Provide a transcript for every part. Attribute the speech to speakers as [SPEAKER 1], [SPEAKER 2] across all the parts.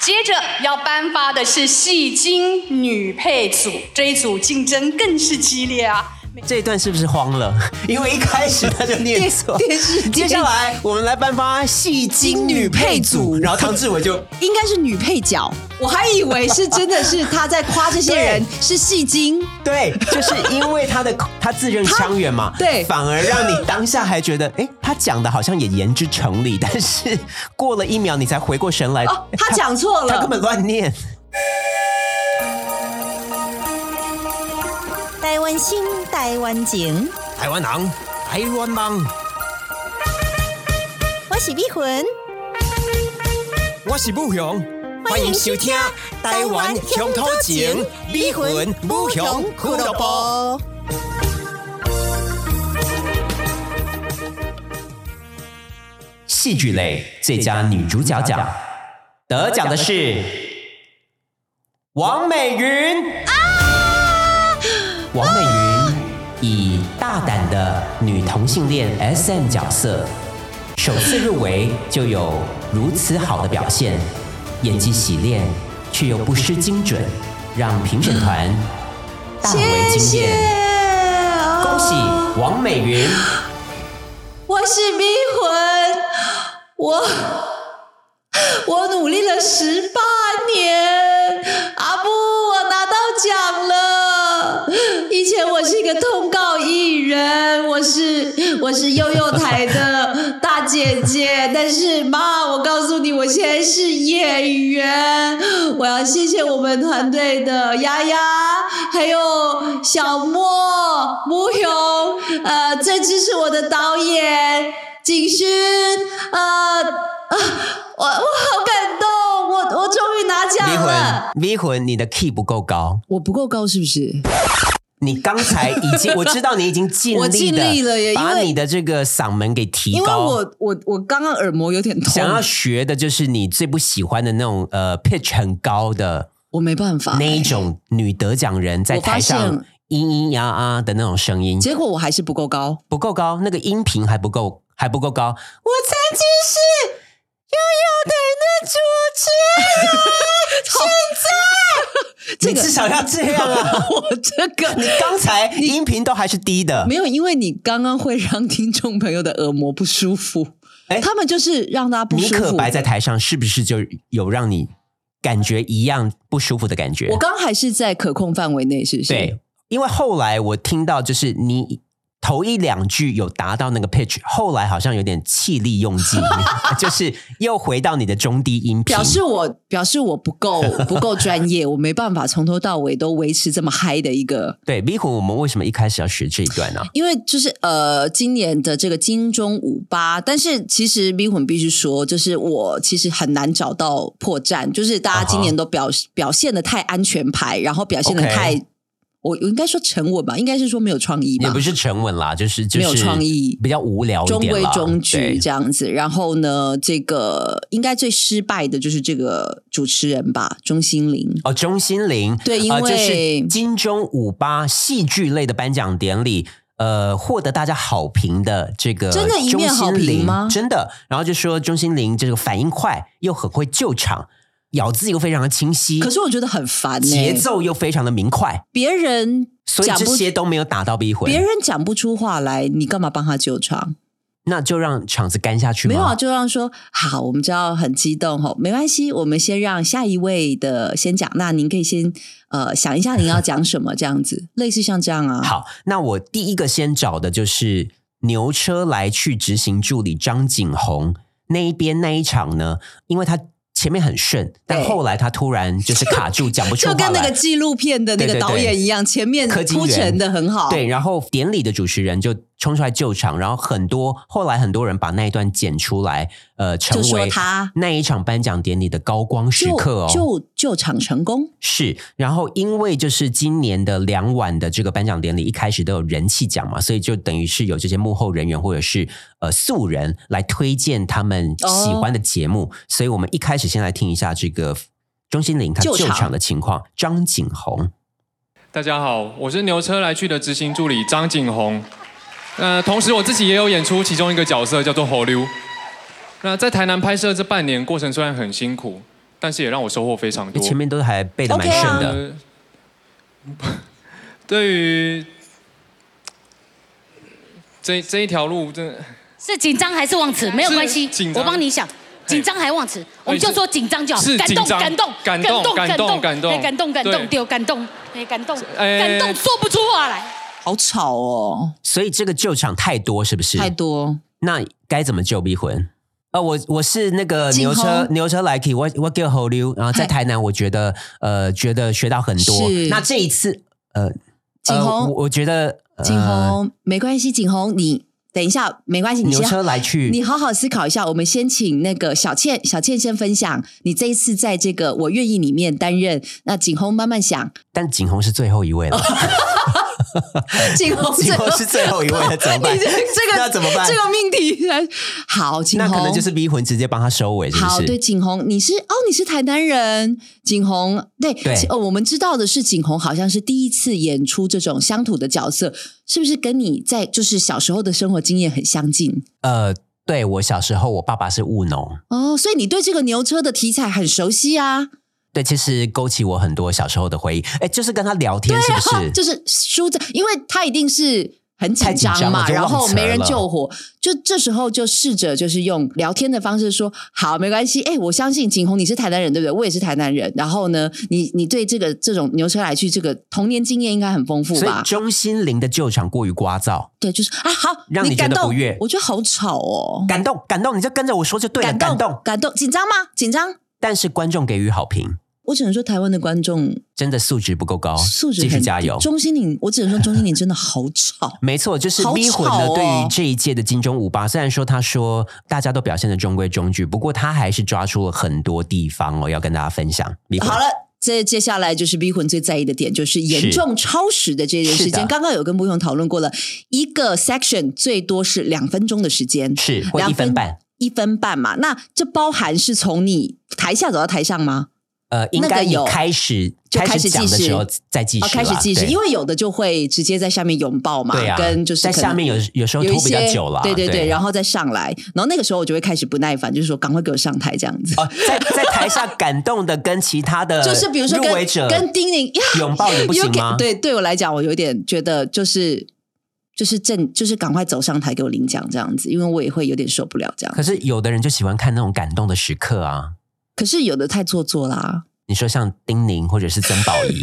[SPEAKER 1] 接着要颁发的是戏精女配组，这一组竞争更是激烈啊！
[SPEAKER 2] 这一段是不是慌 了？因为一开始他就念错。
[SPEAKER 3] 电视
[SPEAKER 2] 接下来我们来颁发戏精女配组，然后汤志伟就
[SPEAKER 3] 应该是女配角，我还以为是真的是他在夸这些 人是戏精，
[SPEAKER 2] 对，就是因为他的他自认腔圆嘛，
[SPEAKER 3] 对
[SPEAKER 2] 反而让你当下还觉得，哎，他讲的好像也言之成理，但是过了一秒你才回过神来，
[SPEAKER 3] 哦他讲错
[SPEAKER 2] 他根
[SPEAKER 3] 了。
[SPEAKER 2] 本乱念。
[SPEAKER 4] 台湾心，台湾情，
[SPEAKER 2] 台湾人，台湾梦，
[SPEAKER 4] 我是美魂，
[SPEAKER 2] 我是武雄，
[SPEAKER 4] 欢迎收听台湾乡土情美魂武雄俱乐部。
[SPEAKER 2] 戏剧类最佳女主角奖，得奖的是王美云。
[SPEAKER 3] 啊
[SPEAKER 2] 王美云以大胆的女同性恋 SM 角色，首次入围就有如此好的表现，演技洗练却又不失精准，让评审团大为
[SPEAKER 3] 谢
[SPEAKER 2] 惊
[SPEAKER 3] 谢哦
[SPEAKER 2] 艳。，恭喜王美云！
[SPEAKER 3] 我是迷魂，我我努力了十八年，阿布，我拿到奖了。以前我是一个通告艺人，我是我是悠悠台的大姐姐，但是妈，我告诉你，我现在是演员，我要谢谢我们团队的丫丫，还有小莫、木雄，呃，最支持我的导演景勋，呃，啊，我我好感动，我我终于拿奖
[SPEAKER 2] 迷
[SPEAKER 3] 了。
[SPEAKER 2] 魂，迷魂，你的 key 不够高，
[SPEAKER 3] 我不够高是不是？
[SPEAKER 2] 你刚才已 经，我知道你已经尽力的，
[SPEAKER 3] 我尽力了耶因为
[SPEAKER 2] 把你的这个嗓门给提高。
[SPEAKER 3] 因为我我我刚刚耳膜有点痛，
[SPEAKER 2] 想要学的就是你最不喜欢的那种呃 pitch 很高的
[SPEAKER 3] 我没办法哎
[SPEAKER 2] 那。一种女得奖人在
[SPEAKER 3] 我发
[SPEAKER 2] 台
[SPEAKER 3] 现
[SPEAKER 2] 上咿咿呀啊的那种声音，
[SPEAKER 3] 结果我还是不够高，
[SPEAKER 2] 不够高，那个音频还不够，还不够高。我曾经是悠悠台的主持
[SPEAKER 5] 啊
[SPEAKER 3] 这
[SPEAKER 2] 人，你
[SPEAKER 3] 个
[SPEAKER 2] 至少要这样啊！
[SPEAKER 3] 我这
[SPEAKER 2] 你
[SPEAKER 3] 个
[SPEAKER 2] 刚才音频都还是低的
[SPEAKER 3] 没，有，因为你刚刚会让听众朋友的耳膜不舒服，
[SPEAKER 2] 哎
[SPEAKER 3] 他们就是让大家不
[SPEAKER 2] 米
[SPEAKER 3] 舒
[SPEAKER 2] 可
[SPEAKER 3] 服。
[SPEAKER 2] 白在台上是不是就有让你感觉一样不舒服的感觉？
[SPEAKER 3] 我刚还是在可控范围内，是不是？
[SPEAKER 2] 对，因为后来我听到就是你头一两句有达到那个 pitch，后来好像有点气力用 尽，就是又回到你的中低音频。
[SPEAKER 3] 表示我表示我不 够不够专业，我没办法从头到尾都维持这么嗨的一个。
[SPEAKER 2] 对迷魂，我们为什么一开始要学这一段呢、啊
[SPEAKER 3] 因为就是呃，今年的这个金钟五八，但是其实迷魂必须说，就是我其实很难找到破绽，就是大
[SPEAKER 2] 啊
[SPEAKER 3] 家
[SPEAKER 2] 哈
[SPEAKER 3] 今年都表、表现的太安全牌，然后表现的
[SPEAKER 2] OK
[SPEAKER 3] 太我我应该说沉稳吧，应该是说没有创意吧，
[SPEAKER 2] 也不是沉稳啦，就是就是
[SPEAKER 3] 没有创意
[SPEAKER 2] 比较无聊一
[SPEAKER 3] 中
[SPEAKER 2] 点
[SPEAKER 3] 规
[SPEAKER 2] 啦
[SPEAKER 3] 中矩
[SPEAKER 2] 对
[SPEAKER 3] 这样子。然后呢，这个应该最失败的就是这个主持人吧，钟欣凌。
[SPEAKER 2] 哦，钟欣凌
[SPEAKER 3] 对因
[SPEAKER 2] 呃这
[SPEAKER 3] 为
[SPEAKER 2] 是金钟五八戏剧类的颁奖典礼。呃，获得大家好评的这个
[SPEAKER 3] 真的一面好评
[SPEAKER 2] 钟欣凌
[SPEAKER 3] 吗
[SPEAKER 2] 真的，然后就说钟欣凌这个反应快，又很会救场，咬字又非常的清晰，
[SPEAKER 3] 可是我觉得很烦、呢，
[SPEAKER 2] 节奏又非常的明快，
[SPEAKER 3] 别人
[SPEAKER 2] 所以
[SPEAKER 3] 讲
[SPEAKER 2] 这
[SPEAKER 3] 不
[SPEAKER 2] 些都没有打到逼魂，
[SPEAKER 3] 别人讲不出话来，你干嘛帮他救场？
[SPEAKER 2] 那就让场子干下去吗
[SPEAKER 3] 没有啊，就让说好，我们知道很激动吼，没关系，我们先让下一位的先讲。那您可以先呃想一下您要讲什么，这样子，类似像这样啊。，
[SPEAKER 2] 好，那我第一个先找的就是牛车来去执行助理张景宏那一边那一场呢，因为他前面很顺，但
[SPEAKER 3] 对
[SPEAKER 2] 后来他突然就是卡住，讲不 出
[SPEAKER 3] 就
[SPEAKER 2] 话
[SPEAKER 3] 跟那
[SPEAKER 2] 来
[SPEAKER 3] 个。纪录片的那
[SPEAKER 2] 对
[SPEAKER 3] 个
[SPEAKER 2] 对对
[SPEAKER 3] 导演一样，前面
[SPEAKER 2] 柯金
[SPEAKER 3] 铺
[SPEAKER 2] 元
[SPEAKER 3] 陈的很好。
[SPEAKER 2] 对，，然后典礼的主持人就冲出来救场，然后很多后来很多人把那一段剪出来，呃，成
[SPEAKER 3] 就说
[SPEAKER 2] 为
[SPEAKER 3] 他
[SPEAKER 2] 那一场颁奖典礼的高光时
[SPEAKER 3] 就
[SPEAKER 2] 刻哦。
[SPEAKER 3] 就救场成功，
[SPEAKER 2] 是，然后因为就是今年的两晚的这个颁奖典礼一开始都有人气奖嘛，所以就等于是有这些幕后人员或者是呃素人来推荐他们
[SPEAKER 3] 哦
[SPEAKER 2] 喜欢的节目，所以我们一开始先来听一下这个钟欣凌她
[SPEAKER 3] 救
[SPEAKER 2] 救
[SPEAKER 3] 场
[SPEAKER 2] 场的情况，张景宏。
[SPEAKER 6] 大家好，我是牛车来去的执行助理张景宏。那同时我自己也有演出其中一个角色叫做侯溜。那在台南拍摄这半年过程虽然很辛苦，但是也让我收获非常
[SPEAKER 2] 因
[SPEAKER 6] 多
[SPEAKER 2] 为。前面都还背的蛮
[SPEAKER 3] OK 啊
[SPEAKER 2] 顺的。
[SPEAKER 6] 呃， 对于这这一条路，真的
[SPEAKER 7] 是紧张还是忘词？没有关系
[SPEAKER 6] 是紧，张哎
[SPEAKER 7] 我帮你想。紧张还忘词，我们就说紧张就好
[SPEAKER 6] 是。
[SPEAKER 7] 感
[SPEAKER 6] 紧
[SPEAKER 7] 动，
[SPEAKER 6] 张
[SPEAKER 7] 感动，
[SPEAKER 6] 感
[SPEAKER 7] 感
[SPEAKER 6] 动
[SPEAKER 7] 动，
[SPEAKER 6] 感动
[SPEAKER 7] 哎感动，感
[SPEAKER 6] 对
[SPEAKER 7] 动，丢感动，哎，感动，
[SPEAKER 6] 哎
[SPEAKER 7] 感动，说不出话来。
[SPEAKER 3] 好吵哦，
[SPEAKER 2] 所以这个救场太多，是不是？
[SPEAKER 3] 太多。
[SPEAKER 2] 那该怎么救逼魂？呃，我我是那个
[SPEAKER 3] 景
[SPEAKER 2] 牛车
[SPEAKER 3] 洪
[SPEAKER 2] 牛车 Likey，我我叫 Hold You，然后在
[SPEAKER 3] 嗨
[SPEAKER 2] 台南，我觉得呃觉得学到很多
[SPEAKER 3] 是。
[SPEAKER 2] 那这一次呃，
[SPEAKER 3] 景
[SPEAKER 2] 呃
[SPEAKER 3] 洪
[SPEAKER 2] 我我觉得呃
[SPEAKER 3] 景洪，没关系，景洪，你等一下，没关系，你
[SPEAKER 2] 牛
[SPEAKER 3] 先
[SPEAKER 2] 车来去，
[SPEAKER 3] 你好好思考一下，我们先请那个小倩，小倩先分享你这一次在这个《我愿意》里面担任。那景洪慢慢想，
[SPEAKER 2] 但景洪是最后一位了，
[SPEAKER 3] 景洪
[SPEAKER 2] 景洪是最后一位了，怎么办？
[SPEAKER 3] 你 这这个
[SPEAKER 2] 那怎么办
[SPEAKER 3] 这？个命题好，景
[SPEAKER 2] 那
[SPEAKER 3] 洪
[SPEAKER 2] 可能就是逼魂直接帮他收尾，是不
[SPEAKER 3] 好，对，
[SPEAKER 2] 是？
[SPEAKER 3] 景洪，你是哦，你是台南人，景洪，对
[SPEAKER 2] 对
[SPEAKER 3] 哦，我们知道的是，景洪好像是第一次演出这种乡土的角色，是不是跟你在就是小时候的生活经验很相近？
[SPEAKER 2] 呃，对我小时候，我爸爸是务农，
[SPEAKER 3] 哦，所以你对这个牛车的题材很熟悉啊，
[SPEAKER 2] 对，其实勾起我很多小时候的回忆。哎，就是跟他聊天，
[SPEAKER 3] 啊
[SPEAKER 2] 是不是？
[SPEAKER 3] 就是舒展，因为他一定是很紧
[SPEAKER 2] 太紧
[SPEAKER 3] 张
[SPEAKER 2] 张了
[SPEAKER 3] 嘛，
[SPEAKER 2] 就
[SPEAKER 3] 然后
[SPEAKER 2] 忘词
[SPEAKER 3] 没人
[SPEAKER 2] 了
[SPEAKER 3] 救火，就这时候就试着就是用聊天的方式说，好，没关系，哎，我相信景洪你是台南人对不对？我也是台南人，然后呢，你你对这个这种牛车来去这个童年经验应该很丰富
[SPEAKER 2] 所以
[SPEAKER 3] 吧？
[SPEAKER 2] 钟心凌的救场过于聒噪，
[SPEAKER 3] 对，就是啊，好，
[SPEAKER 2] 让你觉
[SPEAKER 3] 感
[SPEAKER 2] 得
[SPEAKER 3] 动
[SPEAKER 2] 不悦
[SPEAKER 3] 我觉得好吵哦，
[SPEAKER 2] 感动感动，你就跟着我说就对了，感
[SPEAKER 3] 感
[SPEAKER 2] 动。
[SPEAKER 3] 感动，紧张吗？紧张。
[SPEAKER 2] 但是观众给予好评，
[SPEAKER 3] 我只能说，台湾的观众
[SPEAKER 2] 真的素质不够高，
[SPEAKER 3] 素质
[SPEAKER 2] 继续
[SPEAKER 3] 很
[SPEAKER 2] 加
[SPEAKER 3] 低
[SPEAKER 2] 油。。
[SPEAKER 3] 钟欣凌，我只能说钟欣凌真的好吵
[SPEAKER 2] 没错，就是
[SPEAKER 3] 好
[SPEAKER 2] 逼魂
[SPEAKER 3] 吵
[SPEAKER 2] 呢。
[SPEAKER 3] 哦
[SPEAKER 2] 对于这一届的金钟五八，虽然说他说大家都表现的中规中矩，不过他还是抓住了很多地方哦，要跟大家分享。迷魂
[SPEAKER 3] 好了。这接下来就是逼魂最在意的点，就是严重超时的这件事
[SPEAKER 2] 是啊的
[SPEAKER 3] 情。刚刚有跟不用讨论过了，一个 section 最多是两分钟的时间，
[SPEAKER 2] 是或
[SPEAKER 3] 两
[SPEAKER 2] 一分半，
[SPEAKER 3] 一分半嘛。那这包含是从你台下走到台上吗？
[SPEAKER 2] 呃，应该
[SPEAKER 3] 那个
[SPEAKER 2] 你
[SPEAKER 3] 有
[SPEAKER 2] 开始
[SPEAKER 3] 就开
[SPEAKER 2] 始
[SPEAKER 3] 始
[SPEAKER 2] 讲的
[SPEAKER 3] 计时
[SPEAKER 2] 时候再计时
[SPEAKER 3] 哦
[SPEAKER 2] 啦，，
[SPEAKER 3] 开始计时，
[SPEAKER 2] 对
[SPEAKER 3] 因为有的就会直接在下面拥抱嘛，
[SPEAKER 2] 对啊，
[SPEAKER 3] 跟就是
[SPEAKER 2] 在
[SPEAKER 3] 可能
[SPEAKER 2] 下面有有时候
[SPEAKER 3] 有一
[SPEAKER 2] 拖比较
[SPEAKER 3] 些
[SPEAKER 2] 久了，
[SPEAKER 3] 对对对，然
[SPEAKER 2] 后。
[SPEAKER 3] 后再上来，然后那个时候我就会开始不耐烦，就是说赶快给我上台这样子。
[SPEAKER 2] 哦，在在台下感动的跟其他的
[SPEAKER 3] 就是比如说
[SPEAKER 2] 入围
[SPEAKER 3] 跟
[SPEAKER 2] 者
[SPEAKER 3] 跟丁宁呀
[SPEAKER 2] 拥抱也不
[SPEAKER 3] 有
[SPEAKER 2] 行
[SPEAKER 3] 给
[SPEAKER 2] 吗？
[SPEAKER 3] 对，对我来讲，我有点觉得就是就是正就是赶快走上台给我领奖这样子，因为我也会有点受不了这样
[SPEAKER 2] 可。是有的人就喜欢看那种感动的时刻啊。
[SPEAKER 3] 可是有的太做作啦，
[SPEAKER 2] 你说像丁宁，或者是曾宝 仪，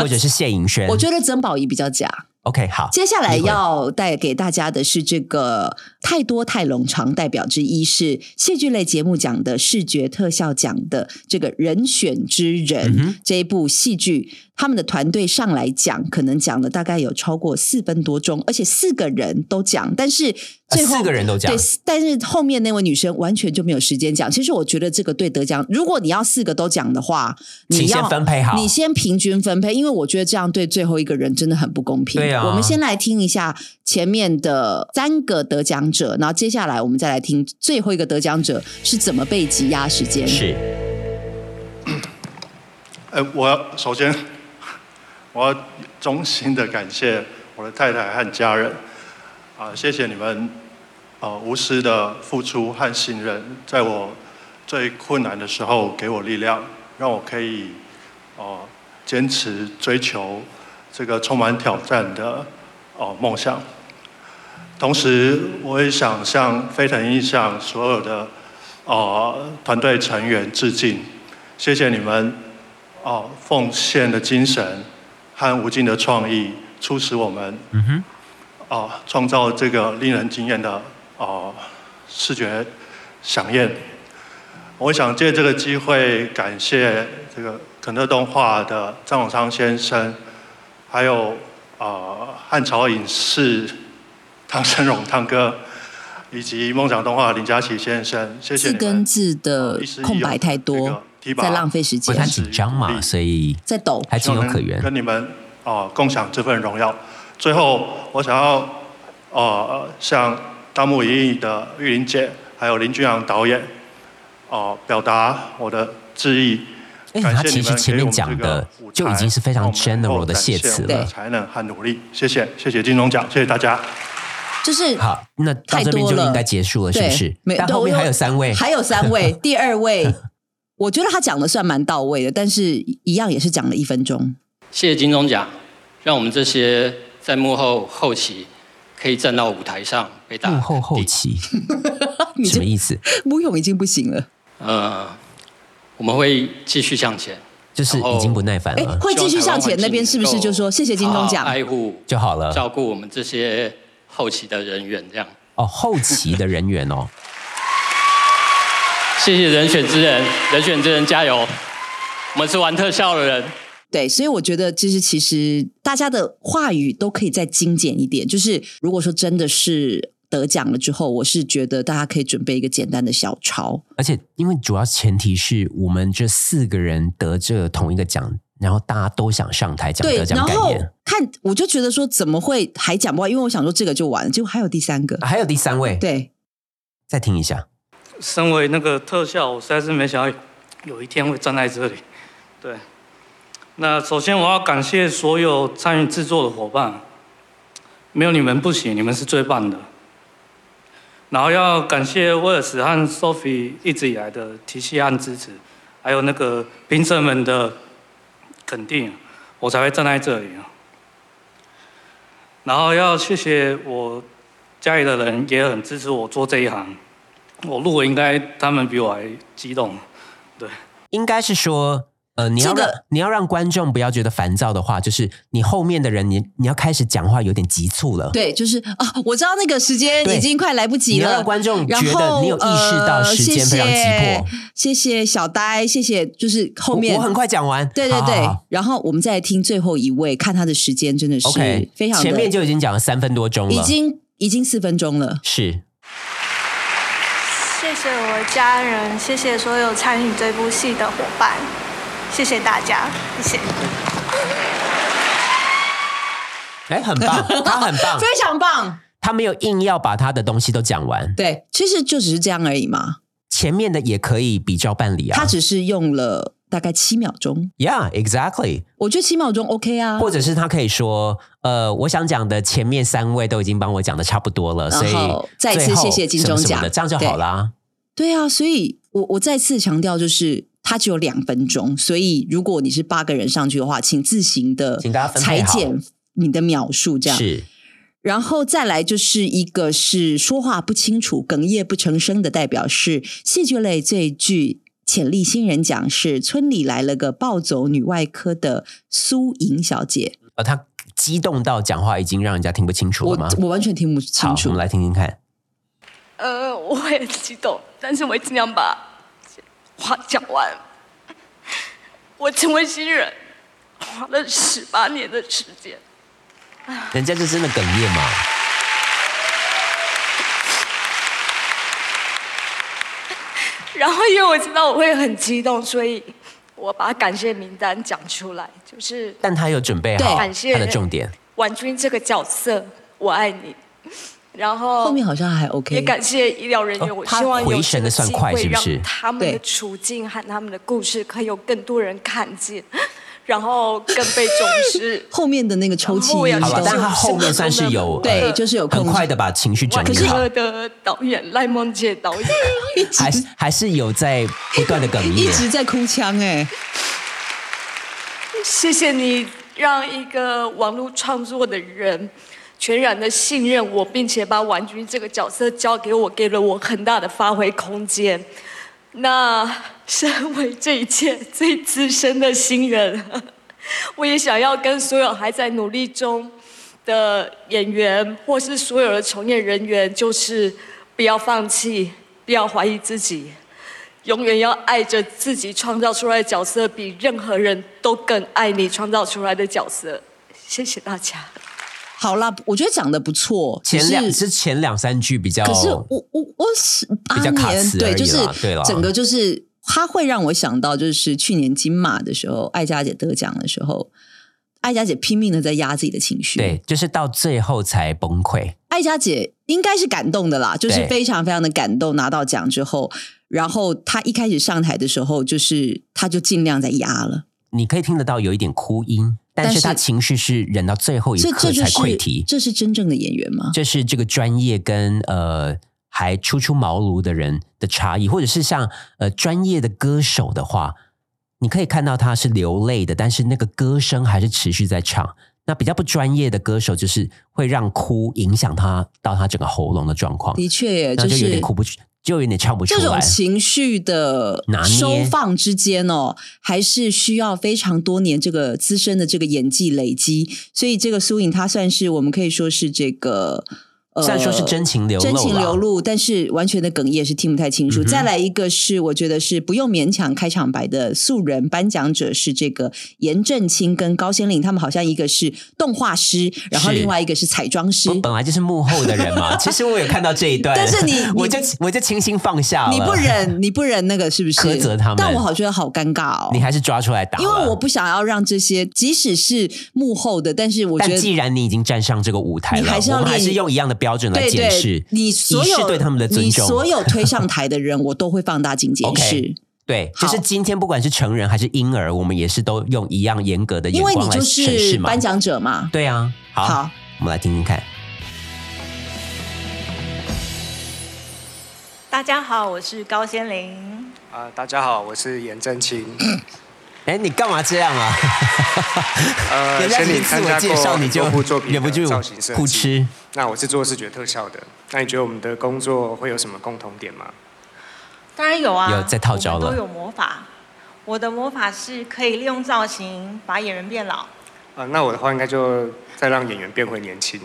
[SPEAKER 2] 或者是谢盈萱，
[SPEAKER 3] 我觉得曾宝仪比较假。
[SPEAKER 2] OK 好。
[SPEAKER 3] 接下来
[SPEAKER 2] 一会儿
[SPEAKER 3] 要带给大家的是这个太多太冗长代表之一是戏剧类节目奖的视觉特效奖的这个人选之人、
[SPEAKER 2] 嗯哼
[SPEAKER 3] 这一部戏剧，他们的团队上来讲，可能讲了大概有超过四分多钟，而且四个人都讲，但是最后、
[SPEAKER 2] 啊四个人都讲
[SPEAKER 3] 对，但是后面那位女生完全就没有时间讲。其实我觉得这个对得奖，如果你要四个都讲的话，你
[SPEAKER 2] 请先
[SPEAKER 3] 要
[SPEAKER 2] 分配好
[SPEAKER 3] 你先平均分配，因为我觉得这样对最后一个人真的很不公平。
[SPEAKER 2] 对啊
[SPEAKER 3] 我们先来听一下前面的三个得奖者，然后接下来我们再来听最后一个得奖者是怎么被挤压时间。
[SPEAKER 2] 是
[SPEAKER 8] 呃，我要首先我要衷心的感谢我的太太和家人，啊、谢谢你们，呃，无私的付出和信任，在我最困难的时候给我力量，让我可以哦、呃坚持追求这个充满挑战的哦、呃梦想。同时，我也想向飞腾印象所有的呃团队成员致敬，谢谢你们哦奉献的精神和无尽的创意，促使我们嗯哼哦创造这个令人惊艳的哦视觉响宴。我想借这个机会感谢这个肯特动画的张永昌先生，还有呃汉朝影视汤生荣汤哥，以及梦想动画林佳琪先生，谢
[SPEAKER 3] 字
[SPEAKER 8] 谢你们
[SPEAKER 3] 跟字的空白太多，在浪费时
[SPEAKER 2] 因
[SPEAKER 3] 间
[SPEAKER 2] 为他，紧张嘛，所以
[SPEAKER 3] 在抖。
[SPEAKER 2] 还情有可
[SPEAKER 8] 希望能
[SPEAKER 2] 原。
[SPEAKER 8] 跟你们啊、呃共享这份荣耀。最后，我想要呃向大木一役的玉玲姐，还有林俊阳导演，哦、表达我的致意。
[SPEAKER 2] 哎
[SPEAKER 8] 感
[SPEAKER 2] 他
[SPEAKER 8] 谢
[SPEAKER 2] 其
[SPEAKER 8] 你
[SPEAKER 2] 实
[SPEAKER 8] 们
[SPEAKER 2] 前
[SPEAKER 8] 给
[SPEAKER 2] 面
[SPEAKER 8] 我们
[SPEAKER 2] 讲
[SPEAKER 8] 这个
[SPEAKER 2] 的
[SPEAKER 8] 舞台
[SPEAKER 2] 就已经是非常
[SPEAKER 8] 让我们能够
[SPEAKER 2] general 的谢
[SPEAKER 8] 展现
[SPEAKER 2] 词
[SPEAKER 8] 我们
[SPEAKER 2] 了
[SPEAKER 8] 的才能和努力，谢谢，谢谢金钟奖，谢谢大家。
[SPEAKER 3] 就是
[SPEAKER 2] 好，那到
[SPEAKER 3] 太
[SPEAKER 2] 这边
[SPEAKER 3] 多
[SPEAKER 2] 就
[SPEAKER 3] 了
[SPEAKER 2] 应该结束了，是不
[SPEAKER 3] 对
[SPEAKER 2] 是
[SPEAKER 3] 没？
[SPEAKER 2] 但
[SPEAKER 3] 对
[SPEAKER 2] 后面
[SPEAKER 3] 我
[SPEAKER 2] 还有三位，
[SPEAKER 3] 还有三位，第二位我觉得他讲的算蛮到位的，但是一样也是讲了一分 钟。
[SPEAKER 9] 谢谢金钟奖，让我们这些在幕后后期可以站到舞台上被大
[SPEAKER 2] 幕
[SPEAKER 9] 家
[SPEAKER 2] 后后期
[SPEAKER 3] 你
[SPEAKER 2] 什
[SPEAKER 3] 这
[SPEAKER 2] 么意思？
[SPEAKER 3] 吴勇已 经不行了，
[SPEAKER 2] 嗯
[SPEAKER 9] 呃，我们会继续向前，
[SPEAKER 2] 就是已经不耐烦
[SPEAKER 3] 哎，
[SPEAKER 2] 了
[SPEAKER 3] 会继续向前那边是不是就说谢谢金钟
[SPEAKER 9] 好好
[SPEAKER 3] 奖？
[SPEAKER 9] 爱护
[SPEAKER 2] 就好了。
[SPEAKER 9] 照顾我们这些后期的人员，这样
[SPEAKER 2] 哦，后期的人 员哦，
[SPEAKER 9] 谢谢人选之人，人选之人加油！我们是玩特效的人，
[SPEAKER 3] 对，所以我觉得就是其实大家的话语都可以再精简一点。就是如果说真的是得奖了之后，我是觉得大家可以准备一个简单的小抄。
[SPEAKER 2] 而且因为主要前提是我们这四个人得这同一个奖，然后大家都想上台讲
[SPEAKER 3] 对
[SPEAKER 2] 得，奖
[SPEAKER 3] 然
[SPEAKER 2] 感
[SPEAKER 3] 后
[SPEAKER 2] 言。
[SPEAKER 3] 看我就觉得说怎么会还讲不完？因为我想说这个就完了，结果还有第三个。
[SPEAKER 2] 啊还有第三位，，
[SPEAKER 3] 对，
[SPEAKER 2] 再听一下。
[SPEAKER 10] 身为那个特效，我实在是没想到有一天会站在这里。对，那首先我要感谢所有参与制作的伙伴，没有你们不行，你们是最棒的。然后要感谢威尔史和 Sophie 一直以来的提携和支持，还有那个评审们的肯定，我才会站在这里啊。然后要谢谢我家里的人，也很支持我做这一行。我录了，应该他们比我还激动。
[SPEAKER 2] 应该是说，呃，你要
[SPEAKER 3] 这
[SPEAKER 2] 让、
[SPEAKER 3] 个
[SPEAKER 2] 你要让观众不要觉得烦躁的话，就是你后面的人，你你要开始讲话有点急促了。
[SPEAKER 3] 对，就是啊，我知道那个时间
[SPEAKER 2] 对
[SPEAKER 3] 已经快来不及
[SPEAKER 2] 你要
[SPEAKER 3] 了。
[SPEAKER 2] 让观众
[SPEAKER 3] 然
[SPEAKER 2] 觉得
[SPEAKER 3] 后呃
[SPEAKER 2] 你有意识到时间非常急迫。
[SPEAKER 3] 谢谢，谢谢小呆，谢谢，就是后面
[SPEAKER 2] 我我很快讲完。
[SPEAKER 3] 对对
[SPEAKER 2] 好
[SPEAKER 3] 对，
[SPEAKER 2] 好好
[SPEAKER 3] 然后我们再来听最后一位，看他的时间真的是
[SPEAKER 2] OK，
[SPEAKER 3] 非常的
[SPEAKER 2] 前面就已经讲了三分多钟了，
[SPEAKER 3] 已经已经四分钟了。
[SPEAKER 2] 是
[SPEAKER 11] 谢谢我的家人，谢谢所有参与这部戏的伙伴，谢谢大家，谢谢。
[SPEAKER 2] 哎，很 棒，他很棒，
[SPEAKER 3] 常棒，
[SPEAKER 2] 他没有硬要把他的东西都讲完，
[SPEAKER 3] 对，其实就只是这样而已嘛。
[SPEAKER 2] 前面的也可以比照办理啊。
[SPEAKER 3] 他只是用了大概七秒钟，
[SPEAKER 2] Yeah, exactly。
[SPEAKER 3] 我觉得七秒钟 OK 啊。
[SPEAKER 2] 或者是他可以说，呃，我想讲的前面三位都已经帮我讲的差不多了，所以
[SPEAKER 3] 然后再次
[SPEAKER 2] 最后
[SPEAKER 3] 谢谢金钟奖
[SPEAKER 2] 什么什么的这样就好啦。
[SPEAKER 3] 对啊，所以我我再次强调，就是它只有两分钟，所以如果你是八个人上去的话，请自行的
[SPEAKER 2] 请大家分配
[SPEAKER 3] 裁
[SPEAKER 2] 好
[SPEAKER 3] 剪你的秒数，这样
[SPEAKER 2] 是
[SPEAKER 3] 然后再来就是一个是说话不清楚、哽咽不成声的代表是戏剧类最具潜力新人奖是《村里来了个暴走女外科》的苏莹小姐，
[SPEAKER 2] 呃，他激动到讲话已经让人家听不清楚
[SPEAKER 3] 我
[SPEAKER 2] 了吗？
[SPEAKER 3] 我完全听不
[SPEAKER 2] 好
[SPEAKER 3] 清，
[SPEAKER 2] 我
[SPEAKER 3] 楚
[SPEAKER 2] 们。来听听看。
[SPEAKER 11] 呃，我会很激动，但是我会尽量把话讲完。 我成为新人，花了十八年的时间。
[SPEAKER 2] 人家就真的哽咽嘛。
[SPEAKER 11] 然后因为我知道我会很激动，所以我把感谢名单讲出来，就是
[SPEAKER 2] 但他有准备好
[SPEAKER 3] 对
[SPEAKER 2] 他
[SPEAKER 11] 感谢
[SPEAKER 2] 啊的重点，
[SPEAKER 11] 婉君这个角色，我爱你。然后
[SPEAKER 3] 后面好像还
[SPEAKER 11] 哦也
[SPEAKER 3] OK，
[SPEAKER 11] 感谢医疗人员，
[SPEAKER 2] 哦
[SPEAKER 11] 我
[SPEAKER 2] 他
[SPEAKER 11] 希望
[SPEAKER 2] 回
[SPEAKER 11] 有
[SPEAKER 2] 神得
[SPEAKER 11] 这个
[SPEAKER 2] 算
[SPEAKER 11] 机
[SPEAKER 2] 快
[SPEAKER 11] 会
[SPEAKER 2] 是不
[SPEAKER 11] 让
[SPEAKER 2] 是
[SPEAKER 11] 他们的
[SPEAKER 3] 对
[SPEAKER 11] 处境和他们的故事可以有更多人看见， 然后更被重 视
[SPEAKER 3] 。后面的那个抽泣
[SPEAKER 11] 然后我也
[SPEAKER 3] 音
[SPEAKER 2] 好
[SPEAKER 11] 知
[SPEAKER 2] 了
[SPEAKER 11] 道，
[SPEAKER 2] 但他
[SPEAKER 3] 都。
[SPEAKER 2] 后面算是有
[SPEAKER 3] 对
[SPEAKER 2] 呃
[SPEAKER 3] 就是有控
[SPEAKER 2] 很
[SPEAKER 3] 制
[SPEAKER 2] 快的把情绪整
[SPEAKER 11] 万
[SPEAKER 2] 理好，
[SPEAKER 11] 科的导演赖梦杰 导演，
[SPEAKER 2] 还是还是有在不断的哽
[SPEAKER 3] 一
[SPEAKER 2] 咽。
[SPEAKER 3] 直在哭腔哎、
[SPEAKER 11] 谢谢你让一个网络创作的人全然的信任我，并且把婉君这个角色交给我，给了我很大的发挥空间。那身为这一届最资深的新人， 我也想要跟所有还在努力中的演员，或是所有的从业人员，就是不要放弃，不要怀疑自己，永远要爱着自己创造出来的角色，比任何人都更爱你创造出来的角色。谢谢大家。
[SPEAKER 3] 好啦，我觉得讲的不错，
[SPEAKER 2] 前两
[SPEAKER 3] 只是
[SPEAKER 2] 是前两三句比较，
[SPEAKER 3] 可是我我我十八
[SPEAKER 2] 比较卡
[SPEAKER 3] 年
[SPEAKER 2] 词，
[SPEAKER 3] 对，
[SPEAKER 2] 而已
[SPEAKER 3] 就是
[SPEAKER 2] 啦对啦
[SPEAKER 3] 整个就是他会让我想到，就是去年金马的时候，艾佳姐得奖的时候，艾佳姐拼命的在压自己的情绪。
[SPEAKER 2] 对，，就是到最后才崩溃。
[SPEAKER 3] 艾佳姐应该是感动的啦，就是
[SPEAKER 2] 对
[SPEAKER 3] 非常非常的感动，拿到奖之后，然后她一开始上台的时候，就是她就尽量在压了，
[SPEAKER 2] 你可以听得到有一点哭音，但
[SPEAKER 3] 但
[SPEAKER 2] 是
[SPEAKER 3] 是
[SPEAKER 2] 他情绪是忍到最后一
[SPEAKER 3] 这
[SPEAKER 2] 刻
[SPEAKER 3] 这就
[SPEAKER 2] 才溃
[SPEAKER 3] 是
[SPEAKER 2] 堤。
[SPEAKER 3] 这是真正的演员吗？
[SPEAKER 2] 这是这个专业跟呃，还初出茅庐的人的差异，或者是像呃专业的歌手的话，你可以看到他是流泪的，但是那个歌声还是持续在唱。那比较不专业的歌手，就是会让哭影响他到他整个喉咙的状况，
[SPEAKER 3] 的确耶，
[SPEAKER 2] 那就有
[SPEAKER 3] 是
[SPEAKER 2] 点哭不出，就有点唱不出
[SPEAKER 3] 这种
[SPEAKER 2] 来。
[SPEAKER 3] 情绪的
[SPEAKER 2] 拿捏
[SPEAKER 3] 收放之间哦，还是需要非常多年这个资深的这个演技累积。所以这个苏颖她算是我们可以说是这个。呃
[SPEAKER 2] 虽然说是真情流露啦
[SPEAKER 3] 真情流露，但是完全的哽咽是听不太清楚。
[SPEAKER 2] 嗯哼
[SPEAKER 3] 再来一个是，我觉得是不用勉强开场白的素人颁奖者是这个严正清跟高先令，他们好像一个是动画师，然后
[SPEAKER 2] 是
[SPEAKER 3] 另外一个是彩妆师。
[SPEAKER 2] 本来就是幕后的人 嘛，其实我有看到这一段，
[SPEAKER 3] 但是你你
[SPEAKER 2] 我就我就轻轻放下了，
[SPEAKER 3] 你不，忍，你不忍那个是不是？
[SPEAKER 2] 苛责他们
[SPEAKER 3] 但我好觉得好尴尬哦。
[SPEAKER 2] 你还是抓出来打了，
[SPEAKER 3] 因为我不想要让这些，即使是幕后的，但是我觉
[SPEAKER 2] 但
[SPEAKER 3] 得
[SPEAKER 2] 既然你已经站上这个舞台
[SPEAKER 3] 你
[SPEAKER 2] 了，
[SPEAKER 3] 还是要
[SPEAKER 2] 我们还
[SPEAKER 3] 练
[SPEAKER 2] 是用一样的标准来
[SPEAKER 3] 对
[SPEAKER 2] 检视
[SPEAKER 3] 对，你所
[SPEAKER 2] 以示
[SPEAKER 3] 有
[SPEAKER 2] 对他们的尊
[SPEAKER 3] 你
[SPEAKER 2] 重。
[SPEAKER 3] 所有推上台的人，我都会放大镜检
[SPEAKER 2] OK，
[SPEAKER 3] 视。
[SPEAKER 2] 对，就是今天不管是成人还是婴儿，我们也是都用一样严格的眼
[SPEAKER 3] 因为你
[SPEAKER 2] 光来
[SPEAKER 3] 就
[SPEAKER 2] 审视
[SPEAKER 3] 是
[SPEAKER 2] 嘛。
[SPEAKER 3] 颁奖者嘛，
[SPEAKER 2] 对啊，好，
[SPEAKER 3] 好
[SPEAKER 2] 我们来听听看。
[SPEAKER 4] 大家好，我是高仙玲。
[SPEAKER 12] 啊、大家好，我是严正清。
[SPEAKER 2] 哎，你干嘛这样啊？
[SPEAKER 12] 呃，
[SPEAKER 2] 人家
[SPEAKER 12] 先你
[SPEAKER 2] 已经自
[SPEAKER 12] 参
[SPEAKER 2] 我
[SPEAKER 12] 加
[SPEAKER 2] 介绍
[SPEAKER 12] 过
[SPEAKER 2] 你就
[SPEAKER 12] 多部作品
[SPEAKER 2] 忍不
[SPEAKER 12] 的
[SPEAKER 2] 住
[SPEAKER 12] 造型设
[SPEAKER 2] 哭
[SPEAKER 12] 计
[SPEAKER 2] 痴。
[SPEAKER 12] 那我是做视觉特效的，那你觉得我们的工作会有什么共同点吗？
[SPEAKER 4] 当然有啊，
[SPEAKER 2] 有在套招了
[SPEAKER 4] 我们都有魔法。我的魔法是可以利用造型把演员变老，
[SPEAKER 12] 啊、那我的话应该就再让演员变回年轻。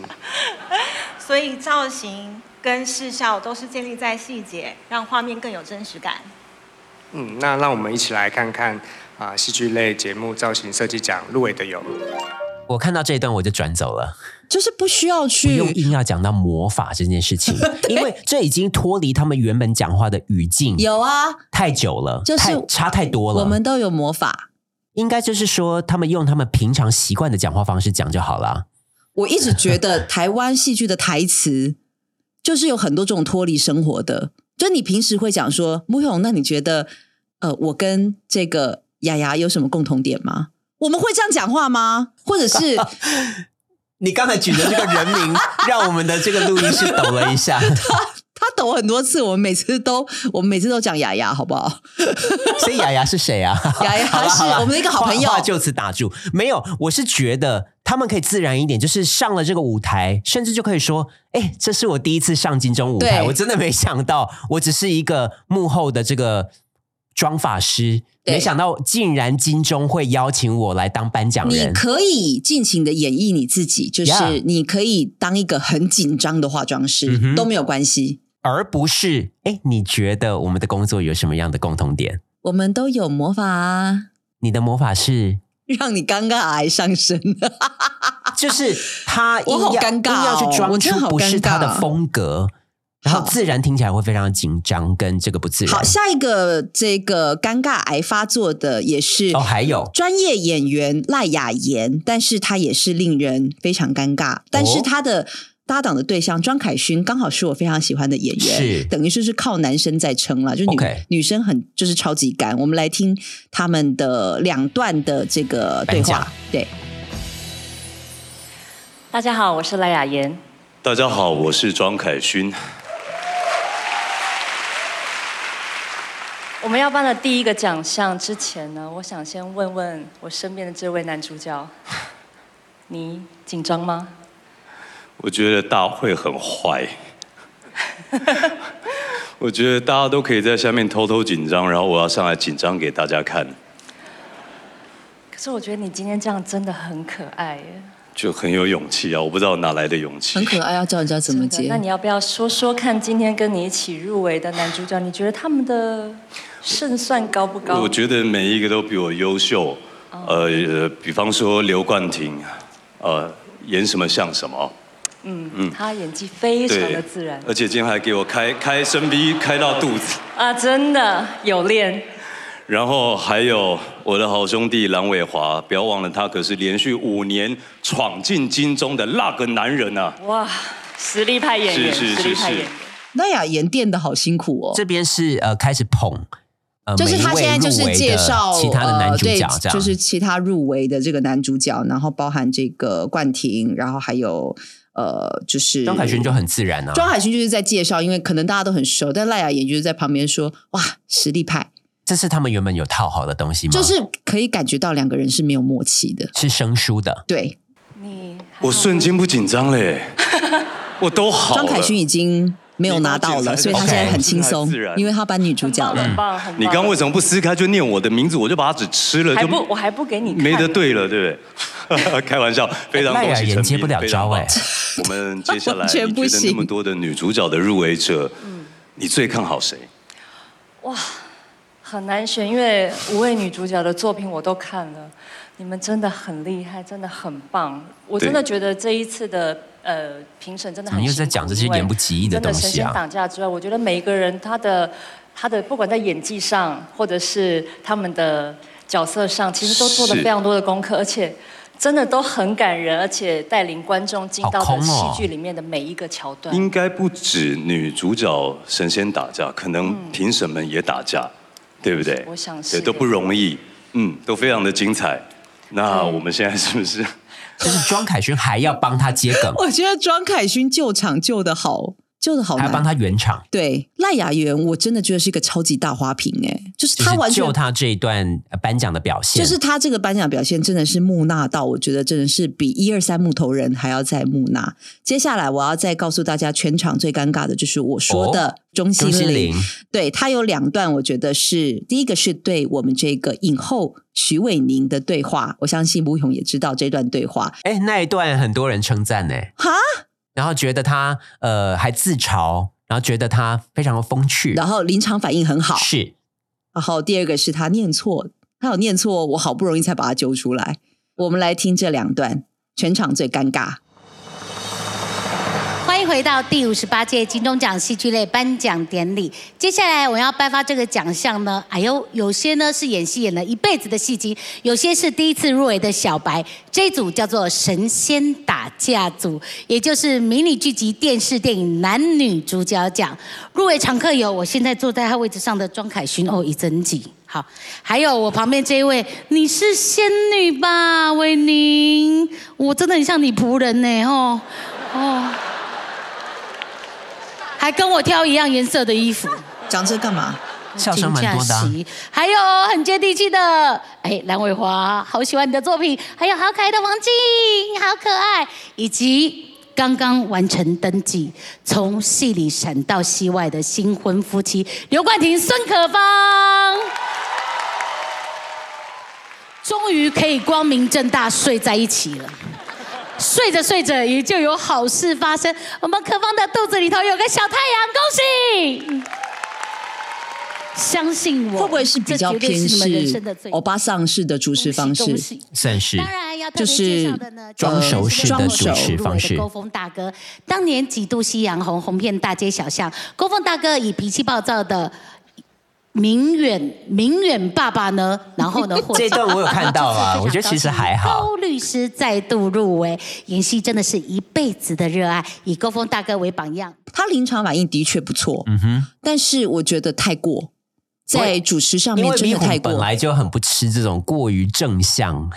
[SPEAKER 4] 所以造型跟视效都是建立在细节，让画面更有真实感。
[SPEAKER 12] 嗯，那让我们一起来看看啊、戏剧类节目造型设计奖入围的有。
[SPEAKER 2] 我看到这一段我就转走了，
[SPEAKER 3] 就是不需要
[SPEAKER 2] 不
[SPEAKER 3] 去
[SPEAKER 2] 用硬要讲到魔法这件事 情，因为这已经脱离他们原本讲话的语境。
[SPEAKER 3] 有啊，
[SPEAKER 2] 太久了，
[SPEAKER 3] 就是
[SPEAKER 2] 太差太多了。
[SPEAKER 3] 我们都有魔法。
[SPEAKER 2] 应该就是说，他们用他们平常习惯的讲话方式讲就好了。
[SPEAKER 3] 我一直觉得台湾戏剧的台词就是有很多这种脱离生活的，就你平时会讲说穆勇，那你觉得呃，我跟这个雅雅有什么共同点吗？我们会这样讲话吗？或者是
[SPEAKER 2] 你刚才举的这个人 名，让我们的这个录音师抖了一下，
[SPEAKER 3] 他抖很多次，我们每次都我们每次都讲雅雅，好不好？
[SPEAKER 2] 所以雅雅是谁啊？
[SPEAKER 3] 雅雅
[SPEAKER 2] 好啦
[SPEAKER 3] 是
[SPEAKER 2] 好啦
[SPEAKER 3] 我们的一个好朋友
[SPEAKER 2] 话话就此打住。没有，我是觉得他们可以自然一点，就是上了这个舞台，甚至就可以说：“哎、这是我第一次上金钟舞台，
[SPEAKER 3] 对
[SPEAKER 2] 我真的没想到，我只是一个幕后的这个妆发师，没想到竟然金钟会邀请我来当颁奖
[SPEAKER 3] 你
[SPEAKER 2] 人。”
[SPEAKER 3] 可以尽情的演绎你自己，就是
[SPEAKER 2] Yeah
[SPEAKER 3] 你可以当一个很紧张的化妆师、
[SPEAKER 2] 嗯哼
[SPEAKER 3] 都没有关系。
[SPEAKER 2] 而不是哎，诶你觉得我们的工作有什么样的共同点？
[SPEAKER 3] 我们都有魔法、啊，
[SPEAKER 2] 你的魔法是，
[SPEAKER 3] 让你尴尬癌上身。
[SPEAKER 2] 就是他
[SPEAKER 3] 我好
[SPEAKER 2] 硬要
[SPEAKER 3] 尴尬、哦，
[SPEAKER 2] 硬要去
[SPEAKER 3] 我
[SPEAKER 2] 装
[SPEAKER 3] 真的
[SPEAKER 2] 出
[SPEAKER 3] 好
[SPEAKER 2] 不
[SPEAKER 3] 尴
[SPEAKER 2] 是他的
[SPEAKER 3] 尬
[SPEAKER 2] 风格，然后自然听起来会非常紧张跟这个不自然。
[SPEAKER 3] 好，下一个这个尴尬癌发作的也是
[SPEAKER 2] 哦还有
[SPEAKER 3] 专业演员赖雅妍，但是她也是令人非常尴
[SPEAKER 2] 哦
[SPEAKER 3] 尬，但是她的。搭档的对象庄凯勋刚好是我非常喜欢的演员，
[SPEAKER 2] 是
[SPEAKER 3] 等于说是靠男生在撑了，就女
[SPEAKER 2] OK
[SPEAKER 3] 女生很就是超级干。我们来听他们的两段的这个
[SPEAKER 2] 哎
[SPEAKER 3] 对
[SPEAKER 13] 颁
[SPEAKER 3] 话
[SPEAKER 13] 奖，
[SPEAKER 3] 对，
[SPEAKER 14] 大家好，我是赖雅妍。
[SPEAKER 13] 大家好，我是庄凯勋。
[SPEAKER 14] 我们要颁的第一个奖项之前呢，我想先问问我身边的这位男主角， 你紧张吗？
[SPEAKER 13] 我觉得大会很坏，我觉得大家都可以在下面偷偷紧张，然后我要上来紧张给大家看，
[SPEAKER 14] 可是我觉得你今天这样真的很可爱耶，
[SPEAKER 13] 就很有勇气啊！我不知道哪来的勇气。
[SPEAKER 3] 很可爱，啊要教人家怎么接。
[SPEAKER 14] 那你要不要说说看，今天跟你一起入围的男主角，你觉得他们的胜算高不高
[SPEAKER 13] 我？觉得每一个都比我优秀，呃，呃比方说刘冠廷，呃，演什么像什么，
[SPEAKER 14] 嗯
[SPEAKER 13] 嗯
[SPEAKER 14] 他演技非常的自然
[SPEAKER 13] 而且今天还给我开开深 V 开到肚子。
[SPEAKER 14] 啊，真的有练。
[SPEAKER 13] 然后还有我的好兄弟蓝伟华，不要忘了他可是连续五年闯进金钟的那个男人啊！
[SPEAKER 14] 哇，实力派演员，
[SPEAKER 13] 是是
[SPEAKER 14] 实
[SPEAKER 13] 是
[SPEAKER 14] 力派
[SPEAKER 13] 是
[SPEAKER 14] 演员。
[SPEAKER 3] 赖雅妍垫的好辛苦哦，
[SPEAKER 2] 这边是呃开始捧，呃，
[SPEAKER 3] 就是他
[SPEAKER 2] 每一
[SPEAKER 3] 现
[SPEAKER 2] 位
[SPEAKER 3] 在就
[SPEAKER 2] 入
[SPEAKER 3] 是
[SPEAKER 2] 围的
[SPEAKER 3] 介绍
[SPEAKER 2] 其他的男主角
[SPEAKER 3] 呃、
[SPEAKER 2] 这
[SPEAKER 3] 对，
[SPEAKER 2] 样，
[SPEAKER 3] 就是其他入围的这个男主角，然后包含这个冠廷，然后还有呃，就是
[SPEAKER 2] 张凯旋就很自然啊。
[SPEAKER 3] 庄海勋就是在介绍，因为可能大家都很熟，但赖雅妍就是在旁边说：“哇，实力派，
[SPEAKER 2] 这是他们原本有套好的东西吗？
[SPEAKER 3] 就是可以感觉到两个人是没有默契的。
[SPEAKER 2] 是生疏的。”
[SPEAKER 3] 对，
[SPEAKER 13] 我瞬间不紧张 嘞，我都好了。
[SPEAKER 3] 张凯勋已经没有拿到了，所以他现在很轻松
[SPEAKER 13] OK，自然，
[SPEAKER 3] 因为他扮女主角
[SPEAKER 2] 嗯
[SPEAKER 3] 了。
[SPEAKER 13] 很
[SPEAKER 14] 棒，很棒。
[SPEAKER 13] 你刚刚为什么不撕开就念我的名字？我就把它只吃了，
[SPEAKER 14] 还
[SPEAKER 13] 就
[SPEAKER 14] 不我还不给你看
[SPEAKER 13] 没得对了，对不对？ 开玩笑，非常
[SPEAKER 2] 赖
[SPEAKER 13] 恭
[SPEAKER 2] 雅
[SPEAKER 13] 喜
[SPEAKER 2] 妍
[SPEAKER 13] 陈
[SPEAKER 2] 接不了招哎、
[SPEAKER 13] 我们接 下来
[SPEAKER 3] 完全
[SPEAKER 13] 你
[SPEAKER 3] 不
[SPEAKER 13] 觉得那
[SPEAKER 3] 行，
[SPEAKER 13] 么多的女主角的入围者，
[SPEAKER 14] 嗯
[SPEAKER 13] 你最看好谁？
[SPEAKER 14] 哇，很难选，因为五位女主角的作品我都看了，你们真的很厉害，真的很棒。我真的
[SPEAKER 2] 对
[SPEAKER 14] 觉得这一次的呃评审真的
[SPEAKER 2] 怎
[SPEAKER 14] 很
[SPEAKER 2] 么又
[SPEAKER 14] 辛苦
[SPEAKER 2] 在讲这些
[SPEAKER 14] 因为
[SPEAKER 2] 言不及义的
[SPEAKER 14] 真的
[SPEAKER 2] 东
[SPEAKER 14] 神
[SPEAKER 2] 西
[SPEAKER 14] 仙
[SPEAKER 2] 啊？
[SPEAKER 14] 打架之外，我觉得每一个人他的他的不管在演技上，或者是他们的角色上，其实都做了
[SPEAKER 13] 是
[SPEAKER 14] 非常多的功课，而且真的都很感人，而且带领观众进到
[SPEAKER 13] 好空
[SPEAKER 14] 的戏
[SPEAKER 13] 哦
[SPEAKER 14] 剧里面的每一个桥段。
[SPEAKER 13] 应该不止女主角神仙打架，可能评审们也打架，对不对？
[SPEAKER 14] 嗯我想是
[SPEAKER 13] 对，都不容易，嗯，都非常的精彩。那我们现在是不是？
[SPEAKER 2] 就是庄凯勋还要帮他接梗
[SPEAKER 3] 我觉得庄凯勋救场救的好，救的好
[SPEAKER 2] 还
[SPEAKER 3] 难。
[SPEAKER 2] 要帮他圆场，
[SPEAKER 3] 对赖雅妍，我真的觉得是一个超级大花瓶哎、就是他完全
[SPEAKER 2] 就他这一段呃颁奖的表现，
[SPEAKER 3] 就是他这个颁奖表现真的是木讷到，我觉得真的是比一二三木头人还要再木讷。接下来我要再告诉大家，全场最尴尬的就是我说
[SPEAKER 2] 哦
[SPEAKER 3] 的钟欣
[SPEAKER 2] 钟欣
[SPEAKER 3] 凌，
[SPEAKER 2] 凌
[SPEAKER 3] 对他有两段，我觉得是第一个是对我们这个影后徐伟宁的对话，我相信吴勇也知道这段对话。
[SPEAKER 2] 哎那一段很多人称赞呢、
[SPEAKER 3] 哈，
[SPEAKER 2] 然后觉得他呃还自嘲，然后觉得他非常的风趣，
[SPEAKER 3] 然后临场反应很好，
[SPEAKER 2] 是
[SPEAKER 3] 然后第二个是他念错，他有念错，我好不容易才把他揪出来。我们来听这两段，全场最尴尬。
[SPEAKER 7] 欢迎回到第五十八届金钟奖戏剧类颁奖典礼。接下来我要颁发这个奖项呢，哎呦，有些呢是演戏演了一辈子的戏精，有些是第一次入围的小白。这一组叫做“神仙打架组”，也就是迷你剧集、电视、电影男女主角奖。入围常客有我现在坐在他位置上的庄凯勋哦，一真纪。好，还有我旁边这一位，你是仙女吧，维宁？我真的很像你仆人呢，哦，哦。还跟我挑一样颜色的衣服，
[SPEAKER 3] 讲这干嘛？
[SPEAKER 2] 笑声蛮多的啊
[SPEAKER 7] 还有很接地气的，哎，蓝伟华，好喜欢你的作品，还有好可爱的王静，好可爱，以及刚刚完成登记，从戏里闪到戏外的新婚夫妻刘冠廷、孙可芳，终于可以光明正大睡在一起了。睡着睡着也就有好事发生。我们可芳的肚子里头有个小太阳，恭喜！相信我，
[SPEAKER 3] 会不会是比较
[SPEAKER 7] 这绝对
[SPEAKER 3] 偏
[SPEAKER 7] 是你们人生的
[SPEAKER 3] 是
[SPEAKER 7] 最
[SPEAKER 3] 欧巴桑式的主持方式
[SPEAKER 7] 恭喜？
[SPEAKER 2] 算是
[SPEAKER 3] 就是
[SPEAKER 7] 呃
[SPEAKER 2] 装熟式的
[SPEAKER 3] 装
[SPEAKER 2] 主持方式
[SPEAKER 7] 勾风大哥，当年几度夕阳红，红遍大街小巷。勾风大哥以脾气暴躁的明远明远爸爸呢，然后 呢，获
[SPEAKER 2] 这一段我有看到 啊，我觉得其实还好。
[SPEAKER 7] 高律师再度入围，演戏真的是一辈子的热爱，以勾风大哥为榜样。
[SPEAKER 3] 他临场反应的确不错，
[SPEAKER 2] 嗯哼，
[SPEAKER 3] 但是我觉得太过，在主持上
[SPEAKER 2] 因
[SPEAKER 3] 面
[SPEAKER 2] 为
[SPEAKER 3] 真
[SPEAKER 2] 壁
[SPEAKER 3] 的太
[SPEAKER 2] 虎
[SPEAKER 3] 过
[SPEAKER 2] 本。来就很不吃这种过于正向、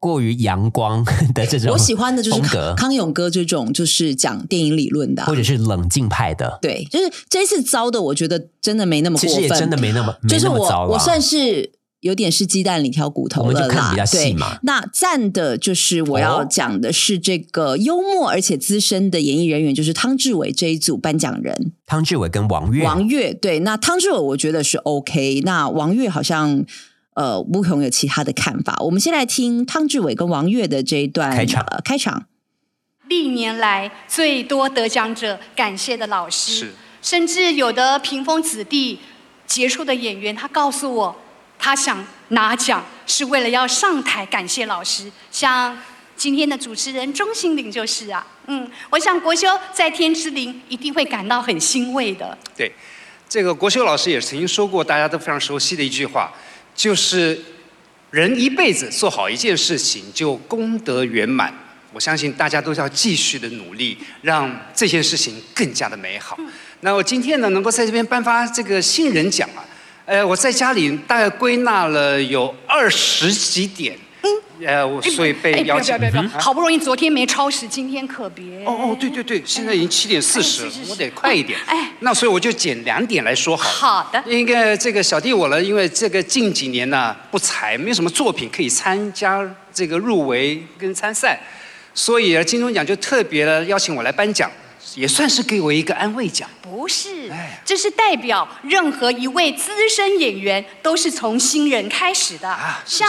[SPEAKER 2] 过于阳光 的这种，
[SPEAKER 3] 我喜欢的就是
[SPEAKER 2] 风
[SPEAKER 3] 康
[SPEAKER 2] 格，
[SPEAKER 3] 康永哥这种，就是讲电影理论的啊、
[SPEAKER 2] 或者是冷静派的，
[SPEAKER 3] 对，就是这一次遭的，我觉得真的没那么
[SPEAKER 2] 其
[SPEAKER 3] 过
[SPEAKER 2] 实
[SPEAKER 3] 分，
[SPEAKER 2] 也真的没那么没
[SPEAKER 3] 就是
[SPEAKER 2] 那么糟
[SPEAKER 3] 我
[SPEAKER 2] 啦
[SPEAKER 3] 我算是有点是鸡蛋里挑骨头
[SPEAKER 2] 我
[SPEAKER 3] 了
[SPEAKER 2] 们
[SPEAKER 3] 啦。
[SPEAKER 2] 就看比较细
[SPEAKER 3] 对
[SPEAKER 2] 嘛哦
[SPEAKER 3] 那赞的就是我要讲的是这个幽默而且资深的演艺人员，就是汤志伟这一组颁奖人。
[SPEAKER 2] 汤志伟跟王岳，
[SPEAKER 3] 王岳对，那汤志伟我觉得是 OK，那王岳好像。呃，吴红有其他的看法。我们先来听汤志伟跟王岳的这一段
[SPEAKER 2] 开场
[SPEAKER 3] 呃开场
[SPEAKER 1] 历年来最多得奖者感谢的老师，甚至有的屏风子弟、杰出的演员，他告诉我，他想拿奖是为了要上台感谢老师，像。今天的主持人钟心凌就是啊，嗯，我想国修在天之灵一定会感到很欣慰的。
[SPEAKER 15] 对，这个国修老师也曾经说过，大家都非常熟悉的一句话，就是人一辈子做好一件事情就功德圆满。我相信大家都要继续的努力，让这件事情更加的美好。那我今天呢，能够在这边颁发这个新人奖啊，呃，我在家里大概归纳了有二十几点，呃，我所以被邀请
[SPEAKER 1] 嗯哎，不要不要不要，
[SPEAKER 15] 啊
[SPEAKER 1] 好不容易昨天没超时，今天可别。
[SPEAKER 15] 哦哦，对对对，现在已经七点四十了，我得快一点。
[SPEAKER 1] 哎，
[SPEAKER 15] 那所以我就减两点来说好了。
[SPEAKER 1] 好的。
[SPEAKER 15] 应该这个小弟我呢，因为这个近几年呢、不才，没有什么作品可以参加这个入围跟参赛，所以啊金钟奖就特别的邀请我来颁奖，也算是给我一个安慰奖。
[SPEAKER 1] 不是，
[SPEAKER 15] 哎
[SPEAKER 1] 这是代表任何一位资深演员都是从新人开始的。
[SPEAKER 15] 啊
[SPEAKER 1] 像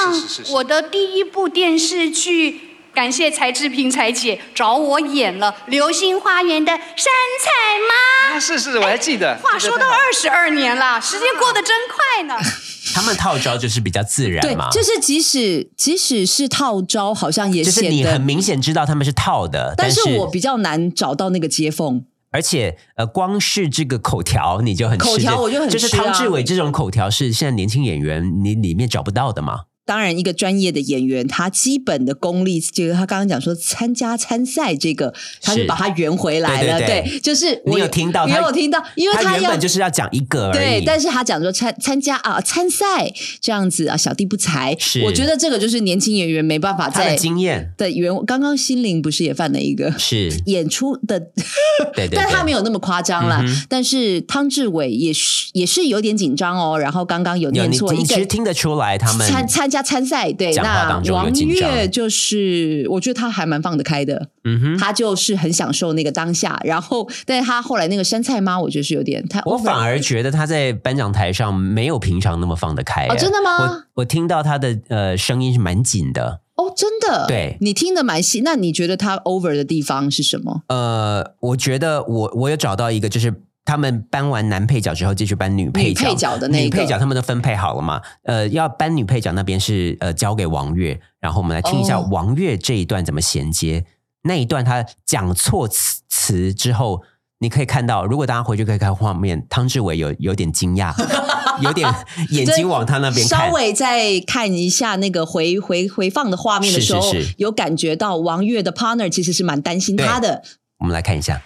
[SPEAKER 1] 我的第一部电视剧，感谢柴智屏柴姐找我演了《流星花园》的山菜
[SPEAKER 15] 啊
[SPEAKER 1] 妈。哎
[SPEAKER 15] 是是，我还记得。
[SPEAKER 1] 话说都二十二年了，时间过得真快呢。
[SPEAKER 2] 他们套招就是比较自然
[SPEAKER 3] 对
[SPEAKER 2] 嘛，，
[SPEAKER 3] 就是即使即使是套招，好像也
[SPEAKER 2] 就是
[SPEAKER 3] 显
[SPEAKER 2] 你很
[SPEAKER 3] 得，
[SPEAKER 2] 明显知道他们是套的，
[SPEAKER 3] 但
[SPEAKER 2] 是
[SPEAKER 3] 是我比较难找到那个接缝。
[SPEAKER 2] 而且呃，光是这个口条你就很吃
[SPEAKER 3] 口条我就很
[SPEAKER 2] 就是
[SPEAKER 3] 吃啊
[SPEAKER 2] 汤志伟这种口条是现在年轻演员你里面找不到的嘛。
[SPEAKER 3] 当然，一个专业的演员，他基本的功力，就是他刚刚讲说参加参赛这个，他
[SPEAKER 2] 是
[SPEAKER 3] 就把它圆回来了。
[SPEAKER 2] 对对对
[SPEAKER 3] 就是我
[SPEAKER 2] 你有听到
[SPEAKER 3] 因
[SPEAKER 2] 他
[SPEAKER 3] 为我听到，因为
[SPEAKER 2] 他原
[SPEAKER 3] 要
[SPEAKER 2] 本就是要讲一个而已，
[SPEAKER 3] 对，但是他讲说参参加啊参赛这样子啊，小弟不才，
[SPEAKER 2] 是
[SPEAKER 3] 我觉得这个就是年轻演员没办法
[SPEAKER 2] 他的
[SPEAKER 3] 在
[SPEAKER 2] 经验
[SPEAKER 3] 对原刚刚心灵不是也犯了一个
[SPEAKER 2] 是
[SPEAKER 3] 演出的，
[SPEAKER 2] 对对对
[SPEAKER 3] 但他没有那么夸张啦。
[SPEAKER 2] 嗯哼
[SPEAKER 3] 但是汤志伟也是也是有点紧张哦，然后刚刚有
[SPEAKER 2] 有
[SPEAKER 3] 念
[SPEAKER 2] 你
[SPEAKER 3] 错
[SPEAKER 2] 你
[SPEAKER 3] 一
[SPEAKER 2] 其
[SPEAKER 3] 个
[SPEAKER 2] 实听得出来他们
[SPEAKER 3] 参参加参赛，对，
[SPEAKER 2] 讲话
[SPEAKER 3] 那
[SPEAKER 2] 当中有
[SPEAKER 3] 王
[SPEAKER 2] 紧张
[SPEAKER 3] 月就是我觉得他还蛮放得开的，
[SPEAKER 2] 嗯哼，
[SPEAKER 3] 他就是很享受那个当下，然后但是他后来那个山菜妈，我觉得是有点太 over 了，
[SPEAKER 2] 我反而觉得他在颁奖台上没有平常那么放得开、
[SPEAKER 3] 哦真的吗
[SPEAKER 2] 我我听到他的呃声音是蛮紧的。
[SPEAKER 3] 哦，真的，
[SPEAKER 2] 对
[SPEAKER 3] 你听得蛮细。那你觉得他 over 的地方是什么？
[SPEAKER 2] 呃，我觉得我我有找到一个，就是他们颁完男配角之后，继续颁女配角。
[SPEAKER 3] 女配角的那一个
[SPEAKER 2] 女配角他们都分配好了嘛？呃，要颁女配角那边是呃交给王月，然后我们来听一下
[SPEAKER 3] 哦
[SPEAKER 2] 王月这一段怎么衔接。那一段他讲错词词之后，你可以看到，如果大家回去可以看画面，汤志伟有有点惊 讶，有点眼睛往他那边看
[SPEAKER 3] 稍。微再看一下那个回回回放的画面的时候，
[SPEAKER 2] 是是是
[SPEAKER 3] 有感觉到王月的 partner 其实是蛮担心他的。
[SPEAKER 2] 我们来看一下。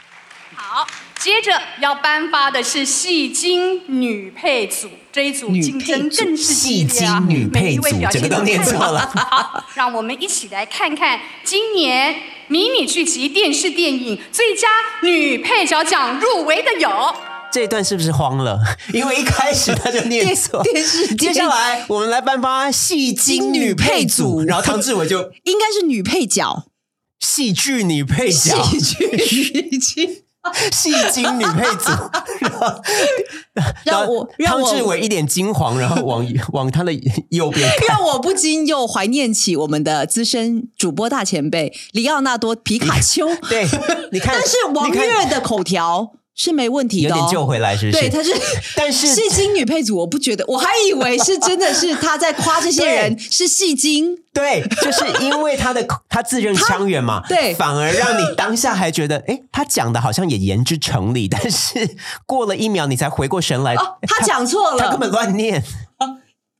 [SPEAKER 1] 好，接着要颁发的是戏精女配组，这一组竞争更是激烈啊！
[SPEAKER 2] 戏精女配组
[SPEAKER 1] 每一位表现
[SPEAKER 2] 整个都念错了
[SPEAKER 1] 太好。好让我们一起来看看今年迷你剧集电视电影最佳女配角奖入围的有。
[SPEAKER 2] 这一段是不是慌了？因为一开始他就念错
[SPEAKER 3] 电电视
[SPEAKER 2] 接下来我们来颁发戏精女配 组，然后汤志伟就
[SPEAKER 3] 应该是女配角，
[SPEAKER 2] 戏剧女配角，
[SPEAKER 3] 戏剧女精，
[SPEAKER 2] 戏精女配组。
[SPEAKER 3] 让我
[SPEAKER 2] 然
[SPEAKER 3] 让
[SPEAKER 2] 后
[SPEAKER 3] 我
[SPEAKER 2] 汤志伟一脸惊惶，然后往 往他的右边看。
[SPEAKER 3] 让我不禁又怀念起我们的资深主播大前辈里奥纳多·皮卡丘。
[SPEAKER 2] 对，你看
[SPEAKER 3] 但是王月的口条是没问题的、哦，
[SPEAKER 2] 有点救回来是不是
[SPEAKER 3] 对，他是，
[SPEAKER 2] 但是
[SPEAKER 3] 戏精女配组，我不觉得，我还以为是真的是他在夸这些 人是戏精。
[SPEAKER 2] 对，就是因为他的 口他自认腔圆嘛，
[SPEAKER 3] 对
[SPEAKER 2] 反而让你当下还觉得，哎，他讲的好像也言之成理，但是过了一秒你才回过神来，
[SPEAKER 3] 哦他讲错了哦
[SPEAKER 2] 他根本乱念。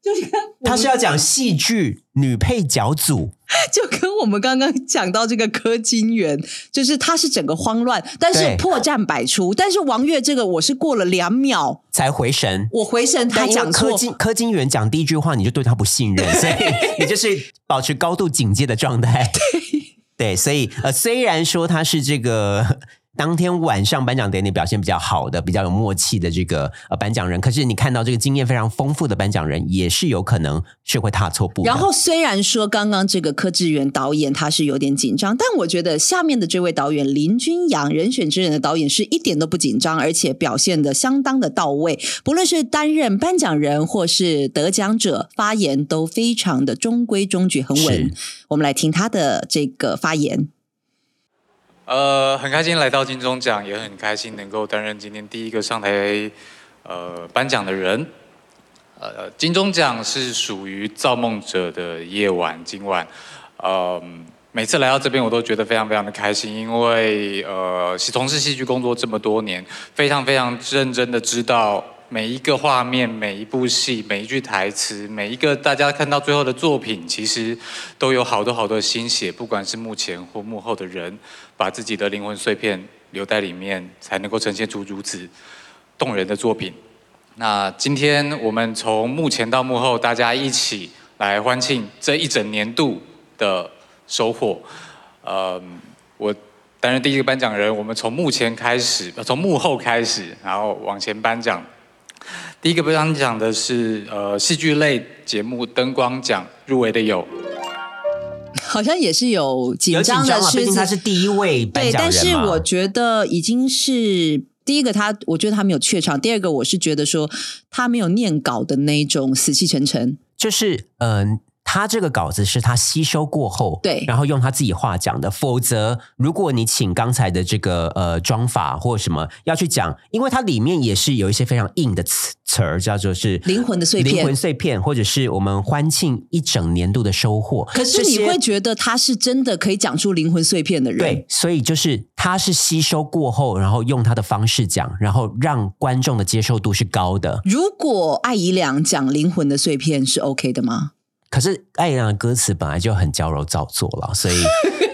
[SPEAKER 3] 就是跟我们
[SPEAKER 2] 他是要讲戏剧女配角组，
[SPEAKER 3] 就跟我们刚刚讲到这个柯金元，就是他是整个慌乱，但是
[SPEAKER 2] 对
[SPEAKER 3] 破绽百出。但是王月这个，我是过了两秒，
[SPEAKER 2] 才回神。
[SPEAKER 3] 我回神他
[SPEAKER 2] 但因为
[SPEAKER 3] 讲
[SPEAKER 2] 柯
[SPEAKER 3] 错，
[SPEAKER 2] 金柯金元讲第一句话，你就对他不信 任，所以你就是保持高度警戒的状态。对，所以呃，虽然说他是这个当天晚上颁奖典礼表现比较好的、比较有默契的这个呃颁奖人，可是你看到这个经验非常丰富的颁奖人，也是有可能是会踏错步的。
[SPEAKER 3] 然后虽然说刚刚这个柯志远导演他是有点紧张，但我觉得下面的这位导演林君阳《人选之人》的导演是一点都不紧张，而且表现的相当的到位。不论是担任颁奖人或是得奖者，发言都非常的中规中矩，很稳。我们来听他的这个发言。
[SPEAKER 16] 呃，很开心来到金钟奖，也很开心能够担任今天第一个上台呃颁奖的人。呃，金钟奖是属于造梦者的夜晚，今晚，呃，每次来到这边我都觉得非常非常的开心，因为呃，从事戏剧工作这么多年，非常非常认真的知道每一个画面、每一部戏、每一句台词、每一个大家看到最后的作品，其实都有好多好多的心血，不管是幕前或幕后的人，把自己的灵魂碎片留在里面，才能够呈现出如此动人的作品。那今天我们从幕前到幕后，大家一起来欢庆这一整年度的收获。呃，我担任第一个颁奖人，我们从幕前开始，呃从幕后开始，然后往前颁奖。第一个颁奖的是呃戏剧类节目灯光奖入围的有
[SPEAKER 3] 好像也是有紧张
[SPEAKER 16] 有
[SPEAKER 3] 的
[SPEAKER 16] 紧张啊
[SPEAKER 3] 狮
[SPEAKER 16] 毕
[SPEAKER 3] 子，
[SPEAKER 16] 竟他是
[SPEAKER 2] 第一位颁
[SPEAKER 3] 对，
[SPEAKER 2] 奖
[SPEAKER 3] 但
[SPEAKER 2] 人
[SPEAKER 3] 是
[SPEAKER 2] 嘛
[SPEAKER 3] 我觉得已经是第一个他，我觉得他没有怯场；第二个，我是觉得说他没有念稿的那一种死气沉沉。
[SPEAKER 2] 就是嗯、他这个稿子是他吸收过后，
[SPEAKER 3] 对
[SPEAKER 2] 然后用他自己话讲的。否则，如果你请刚才的这个呃妆法或什么要去讲，因为它里面也是有一些非常硬的词词儿，叫做是
[SPEAKER 3] 灵魂的碎片
[SPEAKER 2] 灵魂碎片，或者是我们欢庆一整年度的收获。
[SPEAKER 3] 可是你
[SPEAKER 2] 这些
[SPEAKER 3] 会觉得他是真的可以讲出灵魂碎片的人，
[SPEAKER 2] 对，所以就是他是吸收过后，然后用他的方式讲，然后让观众的接受度是高的。
[SPEAKER 3] 如果艾怡良讲灵魂的碎片是 OK 的吗？
[SPEAKER 2] 可是艾怡良的歌词本来就很矫揉造作 了，所以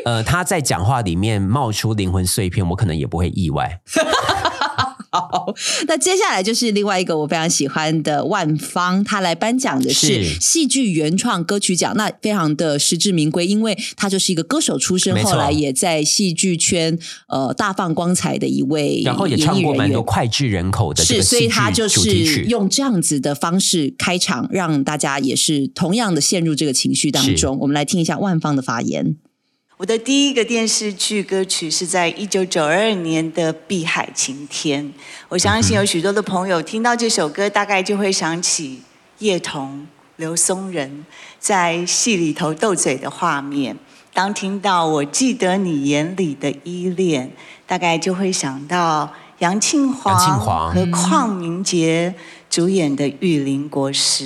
[SPEAKER 2] 呃，他在讲话里面冒出灵魂碎片，我可能也不会意外。
[SPEAKER 3] 那接下来就是另外一个我非常喜欢的万芳，她来颁奖的是
[SPEAKER 2] 是
[SPEAKER 3] 戏剧原创歌曲奖，那非常的实至名归，因为她就是一个歌手出身，
[SPEAKER 2] 没错
[SPEAKER 3] 后来也在戏剧圈呃大放光彩的一位，
[SPEAKER 2] 然后也唱过蛮多。脍炙人口的这
[SPEAKER 3] 是，
[SPEAKER 2] 个
[SPEAKER 3] 所以
[SPEAKER 2] 戏
[SPEAKER 3] 她
[SPEAKER 2] 剧
[SPEAKER 3] 就
[SPEAKER 2] 主题
[SPEAKER 3] 是
[SPEAKER 2] 曲。
[SPEAKER 3] 用这样子的方式开场，让大家也是同样的陷入这个情绪当中。我们来听一下万芳的发言。
[SPEAKER 17] 我的第一个电视剧歌曲是在一九九二年的《碧海晴天》。我相信有许多的朋友听到这首歌，大概就会想起叶童、刘松仁在戏里头斗嘴的画面。当听到“我记得你眼里的依恋”，大概就会想到杨庆华
[SPEAKER 2] 杨庆华
[SPEAKER 17] 和邝明杰主演的《玉林国师》。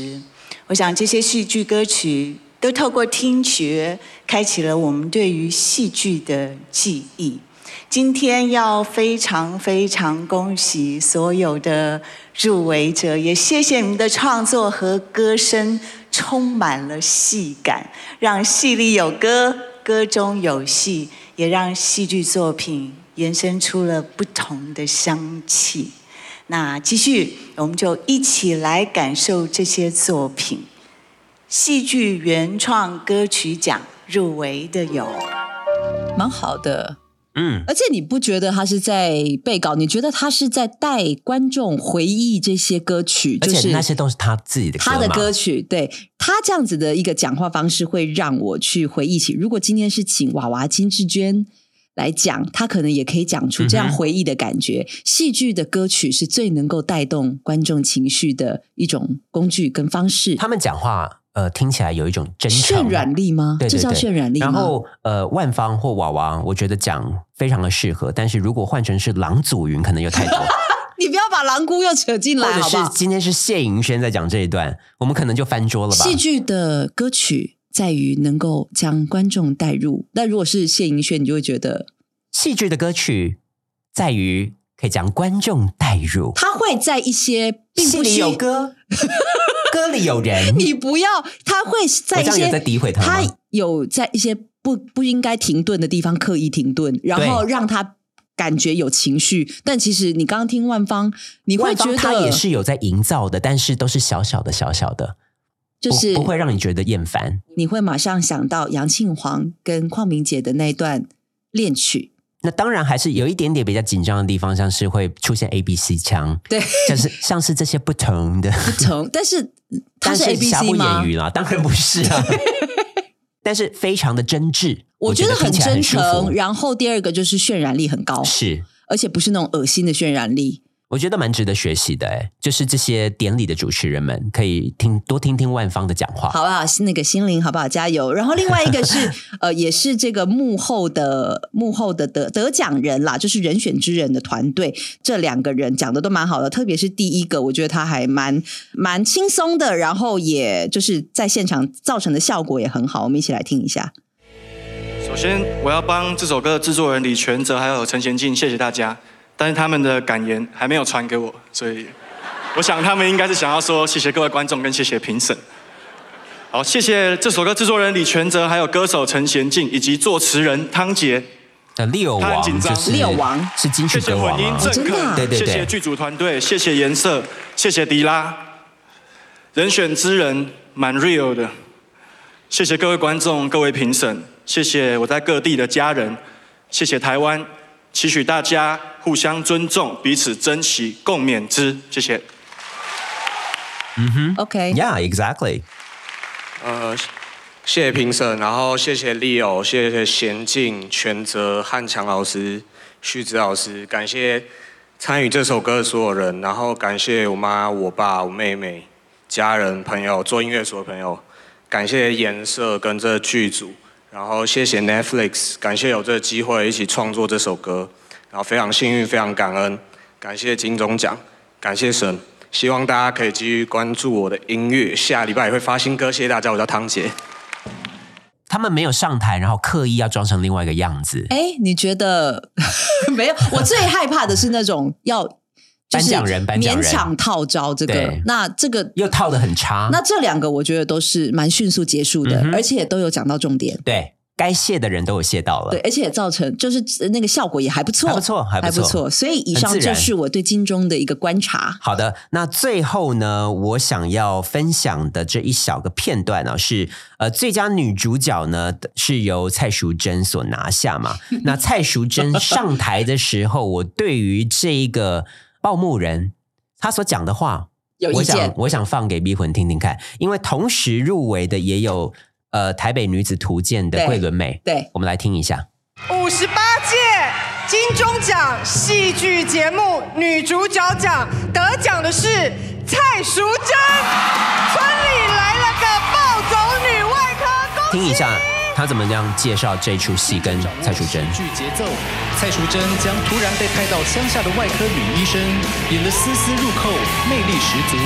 [SPEAKER 17] 我想这些戏剧歌曲都透过听觉，开启了我们对于戏剧的记忆。今天要非常非常恭喜所有的入围者，也谢谢你们的创作和歌声，充满了戏感，让戏里有歌，歌中有戏，也让戏剧作品延伸出了不同的香气。那继续，我们就一起来感受这些作品。戏剧原创歌曲奖入围的有，
[SPEAKER 3] 蛮好的。
[SPEAKER 2] 嗯，
[SPEAKER 3] 而且你不觉得他是在背稿？你觉得他是在带观众回忆这些歌曲，
[SPEAKER 2] 而
[SPEAKER 3] 就
[SPEAKER 2] 且
[SPEAKER 3] 是
[SPEAKER 2] 那些都是他自己的歌
[SPEAKER 3] 他的
[SPEAKER 2] 嘛
[SPEAKER 3] 歌曲。对他这样子的一个讲话方式，会让我去回忆起。如果今天是请娃娃金志娟来讲，她可能也可以讲出这样
[SPEAKER 2] 嗯哼
[SPEAKER 3] 回忆的感觉。戏剧的歌曲是最能够带动观众情绪的一种工具跟方式。
[SPEAKER 2] 他们讲话呃听起来有一种真诚
[SPEAKER 3] 渲染力吗？
[SPEAKER 2] 对
[SPEAKER 3] 这
[SPEAKER 2] 对
[SPEAKER 3] 叫
[SPEAKER 2] 对
[SPEAKER 3] 啊渲染力吗？
[SPEAKER 2] 然后呃，万芳或娃娃，我觉得讲非常的适合，但是如果换成是郎祖云，可能有太多。
[SPEAKER 3] 你不要把狼姑又扯 进
[SPEAKER 2] 或
[SPEAKER 3] 来，
[SPEAKER 2] 者
[SPEAKER 3] 好不
[SPEAKER 2] 是
[SPEAKER 3] 好？
[SPEAKER 2] 今天是谢盈萱在讲这一段，我们可能就翻桌了吧？
[SPEAKER 3] 戏剧的歌曲在于能够将观众带入，那如果是谢盈萱，你就会觉得
[SPEAKER 2] 戏剧的歌曲在于可以将观众带 入，
[SPEAKER 3] 他会在一些并
[SPEAKER 2] 戏
[SPEAKER 3] 不
[SPEAKER 2] 里
[SPEAKER 3] 需
[SPEAKER 2] 有歌，歌里有人，
[SPEAKER 3] 你不要，他会在一
[SPEAKER 2] 我这样
[SPEAKER 3] 些
[SPEAKER 2] 有在诋毁他吗
[SPEAKER 3] 有在一些不不应该停顿的地方刻意停顿，然后让他感觉有情绪。但其实你刚刚听万芳，你会
[SPEAKER 2] 万
[SPEAKER 3] 觉
[SPEAKER 2] 芳
[SPEAKER 3] 得
[SPEAKER 2] 他也是有在营造的，但是都是小小的、小小的，
[SPEAKER 3] 就是
[SPEAKER 2] 不不会让你觉得厌烦。
[SPEAKER 3] 你会马上想到杨庆煌跟邝明姐的那一段恋 曲。
[SPEAKER 2] 那当然还是有一点点比较紧张的地方，像是会出现 A B C 腔，
[SPEAKER 3] 对，
[SPEAKER 2] 就是像是这些不同的，
[SPEAKER 3] 不同，但是他
[SPEAKER 2] 但
[SPEAKER 3] 是
[SPEAKER 2] 是
[SPEAKER 3] A B
[SPEAKER 2] 瑕
[SPEAKER 3] C
[SPEAKER 2] 不
[SPEAKER 3] 吗
[SPEAKER 2] 掩？瑜啦，当然不是 啊，但是非常的真挚，
[SPEAKER 3] 我觉得
[SPEAKER 2] 听
[SPEAKER 3] 很
[SPEAKER 2] 起来
[SPEAKER 3] 真
[SPEAKER 2] 舒
[SPEAKER 3] 诚，
[SPEAKER 2] 服
[SPEAKER 3] 然后第二个就是渲染力很高，
[SPEAKER 2] 是，
[SPEAKER 3] 而且不是那种恶心的渲染力。
[SPEAKER 2] 我觉得蛮值得学习的，哎，就是这些典礼的主持人们可以听多听听万芳的讲话，
[SPEAKER 3] 好不啊好？那个心灵好不好？加油！然后另外一个 是，呃，也是这个幕后的幕后的得得奖人啦，就是人选之人的团队，这两个人讲的都蛮好的，特别是第一个，我觉得他还蛮蛮轻松的，然后也就是在现场造成的效果也很好，我们一起来听一下。
[SPEAKER 18] 首先，我要帮这首歌的制作人李全哲还有陈贤进谢谢大家，但是他们的感言还没有传给我，所以我想他们应该是想要说谢谢各位观众跟谢谢评审。好，谢谢这首歌制作人李全哲，还有歌手陈贤进以及作词人汤杰。
[SPEAKER 2] 呃，六
[SPEAKER 18] 他很
[SPEAKER 2] 王
[SPEAKER 18] 紧张
[SPEAKER 2] 就是
[SPEAKER 18] 六王
[SPEAKER 2] 是金曲
[SPEAKER 18] 谢谢
[SPEAKER 2] 歌王
[SPEAKER 18] 混音
[SPEAKER 3] 哦
[SPEAKER 2] 啊，
[SPEAKER 18] 政客，
[SPEAKER 2] 对对
[SPEAKER 18] 谢谢
[SPEAKER 2] 对，
[SPEAKER 18] 剧组团队，谢谢颜色，谢谢迪拉，人选之人蛮 real 的，谢谢各位观众、各位评审，谢谢我在各地的家人，谢谢台湾，期许大家互相尊重，彼此珍惜，共勉之。谢谢。
[SPEAKER 3] Mm-hmm. Okay.
[SPEAKER 2] 嗯 Yeah, exactly.
[SPEAKER 12] 呃，谢谢评审，然后谢谢 Leo，谢谢娴静、全泽、汉强老师、旭子老师，感谢参与这首歌的所有人，然后感谢我妈、我爸、我妹妹、家人、朋友，做音乐所的朋友，感谢颜色跟这剧组，然后谢谢 Netflix，感谢有这个机会一起创作这首歌，然后非常幸运，非常感恩，感谢金钟奖，感谢神。希望大家可以继续关注我的音乐，下礼拜也会发新歌。谢谢大家，我叫汤杰。
[SPEAKER 2] 他们没有上台，然后刻意要装成另外一个样子。
[SPEAKER 3] 哎，你觉得 没有？我最害怕的是那种要就是
[SPEAKER 2] 颁奖人颁奖
[SPEAKER 3] 勉
[SPEAKER 2] 人
[SPEAKER 3] 强套招这个
[SPEAKER 2] 对。
[SPEAKER 3] 那这个
[SPEAKER 2] 又套的很差。
[SPEAKER 3] 那这两个我觉得都是蛮迅速结束的，
[SPEAKER 2] 啊嗯哼
[SPEAKER 3] 而且都有讲到重点。
[SPEAKER 2] 对该谢的人都有谢到了。
[SPEAKER 3] 对，而且也造成就是呃那个效果也还不错，还不错，
[SPEAKER 2] 还不错
[SPEAKER 3] 所以以
[SPEAKER 2] 很
[SPEAKER 3] 上
[SPEAKER 2] 自
[SPEAKER 3] 就
[SPEAKER 2] 然
[SPEAKER 3] 是我对金钟的一个观察。
[SPEAKER 2] 好的，那最后呢，我想要分享的这一小个片段呢、是呃，最佳女主角呢是由蔡淑臻所拿下嘛。那蔡淑臻上台的时候，我对于这一个报幕人他所讲的话，
[SPEAKER 3] 有意
[SPEAKER 2] 我想
[SPEAKER 3] 见
[SPEAKER 2] 我想放给逼魂听听看，因为同时入围的也有呃台北女子图鉴的
[SPEAKER 5] 对
[SPEAKER 2] 桂纶镁，
[SPEAKER 3] 对，
[SPEAKER 2] 我们来听一下。
[SPEAKER 5] 五十八届金钟奖戏剧节目女主角奖得奖的是蔡淑臻，村里来了个暴走女外科
[SPEAKER 2] 听一下他怎么样介绍这出戏跟蔡淑臻。
[SPEAKER 19] 剧节奏，蔡淑臻将突然被派到乡下的外科女医生演得丝丝入扣，魅力十足，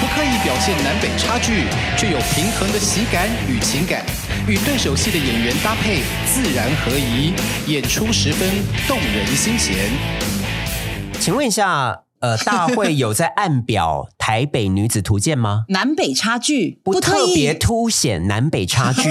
[SPEAKER 19] 不刻意表现南北差距，却有平衡的喜感与情感，与对手戏的演员搭配自然合宜，演出十分动人心弦。
[SPEAKER 2] 请问一下， 呃，大会有在暗表台北女子图鉴吗？
[SPEAKER 3] 南北差距
[SPEAKER 2] 不
[SPEAKER 3] 特
[SPEAKER 2] 特
[SPEAKER 3] 意
[SPEAKER 2] 别凸显南北 差距，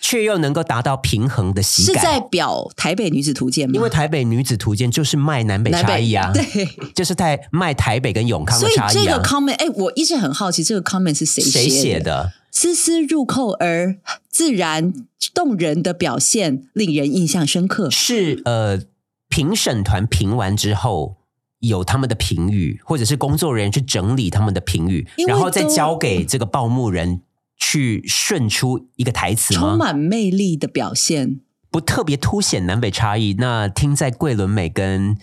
[SPEAKER 2] 却又能够达到平衡的喜
[SPEAKER 3] 是
[SPEAKER 2] 感。
[SPEAKER 3] 在表台北女子图鉴吗？
[SPEAKER 2] 因为台北女子图鉴就是卖南北
[SPEAKER 3] 南
[SPEAKER 2] 差
[SPEAKER 3] 北
[SPEAKER 2] 异啊，
[SPEAKER 3] 对，
[SPEAKER 2] 就是在卖台北跟永康
[SPEAKER 3] 所
[SPEAKER 2] 的
[SPEAKER 3] 以
[SPEAKER 2] 差
[SPEAKER 3] 这
[SPEAKER 2] 异啊
[SPEAKER 3] 个。comment，哎，我一直很好奇这个 comment 是谁
[SPEAKER 2] 谁写
[SPEAKER 3] 的？
[SPEAKER 2] 的？
[SPEAKER 3] 丝丝入扣而自然动人的表现，令人印象深刻。
[SPEAKER 2] 是呃，评审团评完之后。有他们的评语，或者是工作人员去整理他们的评语
[SPEAKER 3] 因，为
[SPEAKER 2] 然后再
[SPEAKER 3] 都
[SPEAKER 2] 交给这个报幕人去顺出一个台词吗？
[SPEAKER 3] 充满魅力的表现。
[SPEAKER 2] 不特别凸显南北差异。那听在桂纶镁跟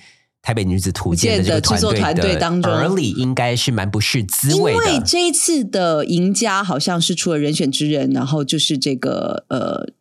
[SPEAKER 2] 台北女子图鉴的这个
[SPEAKER 3] 图鉴的制作
[SPEAKER 2] 团
[SPEAKER 3] 团队
[SPEAKER 2] 队
[SPEAKER 3] 当中
[SPEAKER 2] 耳里应该是蛮不是滋
[SPEAKER 3] 因
[SPEAKER 2] 味
[SPEAKER 3] 为
[SPEAKER 2] 的。
[SPEAKER 3] 这一次的赢家好像是除了人选之人，然后就是这个呃，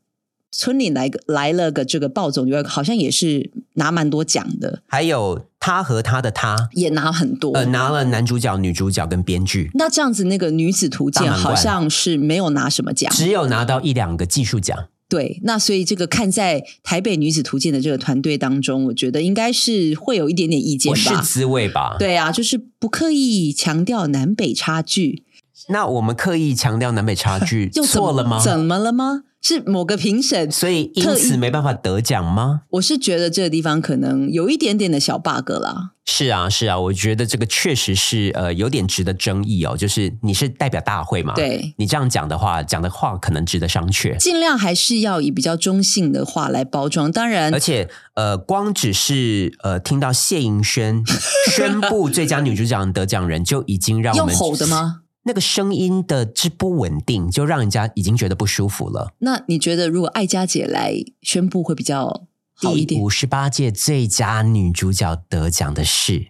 [SPEAKER 3] 村里来个来了个这个暴走女儿，好像也是拿蛮多奖的，
[SPEAKER 2] 还有他和他的他
[SPEAKER 3] 也拿很多。
[SPEAKER 2] 呃，拿了男主角、女主角跟编剧，
[SPEAKER 3] 那这样子，那个女子图
[SPEAKER 2] 大
[SPEAKER 3] 鉴
[SPEAKER 2] 满贯
[SPEAKER 3] 好像是没有拿什么奖，
[SPEAKER 2] 只有拿到一两个技术奖。
[SPEAKER 3] 对，那所以这个看在台北女子图鉴的这个团队当中，我觉得应该是会有一点点意见
[SPEAKER 2] 不是
[SPEAKER 3] 吧。
[SPEAKER 2] 滋味吧？。
[SPEAKER 3] 对啊，就是不刻意强调南北差距，
[SPEAKER 2] 那我们刻意强调南北差距，
[SPEAKER 3] 又怎么
[SPEAKER 2] 错了吗？
[SPEAKER 3] 怎么了吗？是某个评审，
[SPEAKER 2] 所以因
[SPEAKER 3] 特
[SPEAKER 2] 此
[SPEAKER 3] 意，
[SPEAKER 2] 没办法得奖吗？
[SPEAKER 3] 我是觉得这个地方可能有一点点的小 bug 啦。
[SPEAKER 2] 是啊，是啊，我觉得这个确实是呃有点值得争议哦。就是你是代表大会嘛，
[SPEAKER 3] 对，
[SPEAKER 2] 你这样讲的话，讲的话可能值得商榷。
[SPEAKER 3] 尽量还是要以比较中性的话来包装，当然，
[SPEAKER 2] 而且呃，光只是呃听到谢盈萱 宣布最佳女主角得奖人，就已经让我
[SPEAKER 3] 用
[SPEAKER 2] 们
[SPEAKER 3] 吼的吗？
[SPEAKER 2] 那个声音的之不稳定，就让人家已经觉得不舒服了。
[SPEAKER 3] 那你觉得如果艾佳姐来宣布会比较低一点？
[SPEAKER 2] 五十八届最佳女主角得奖的是，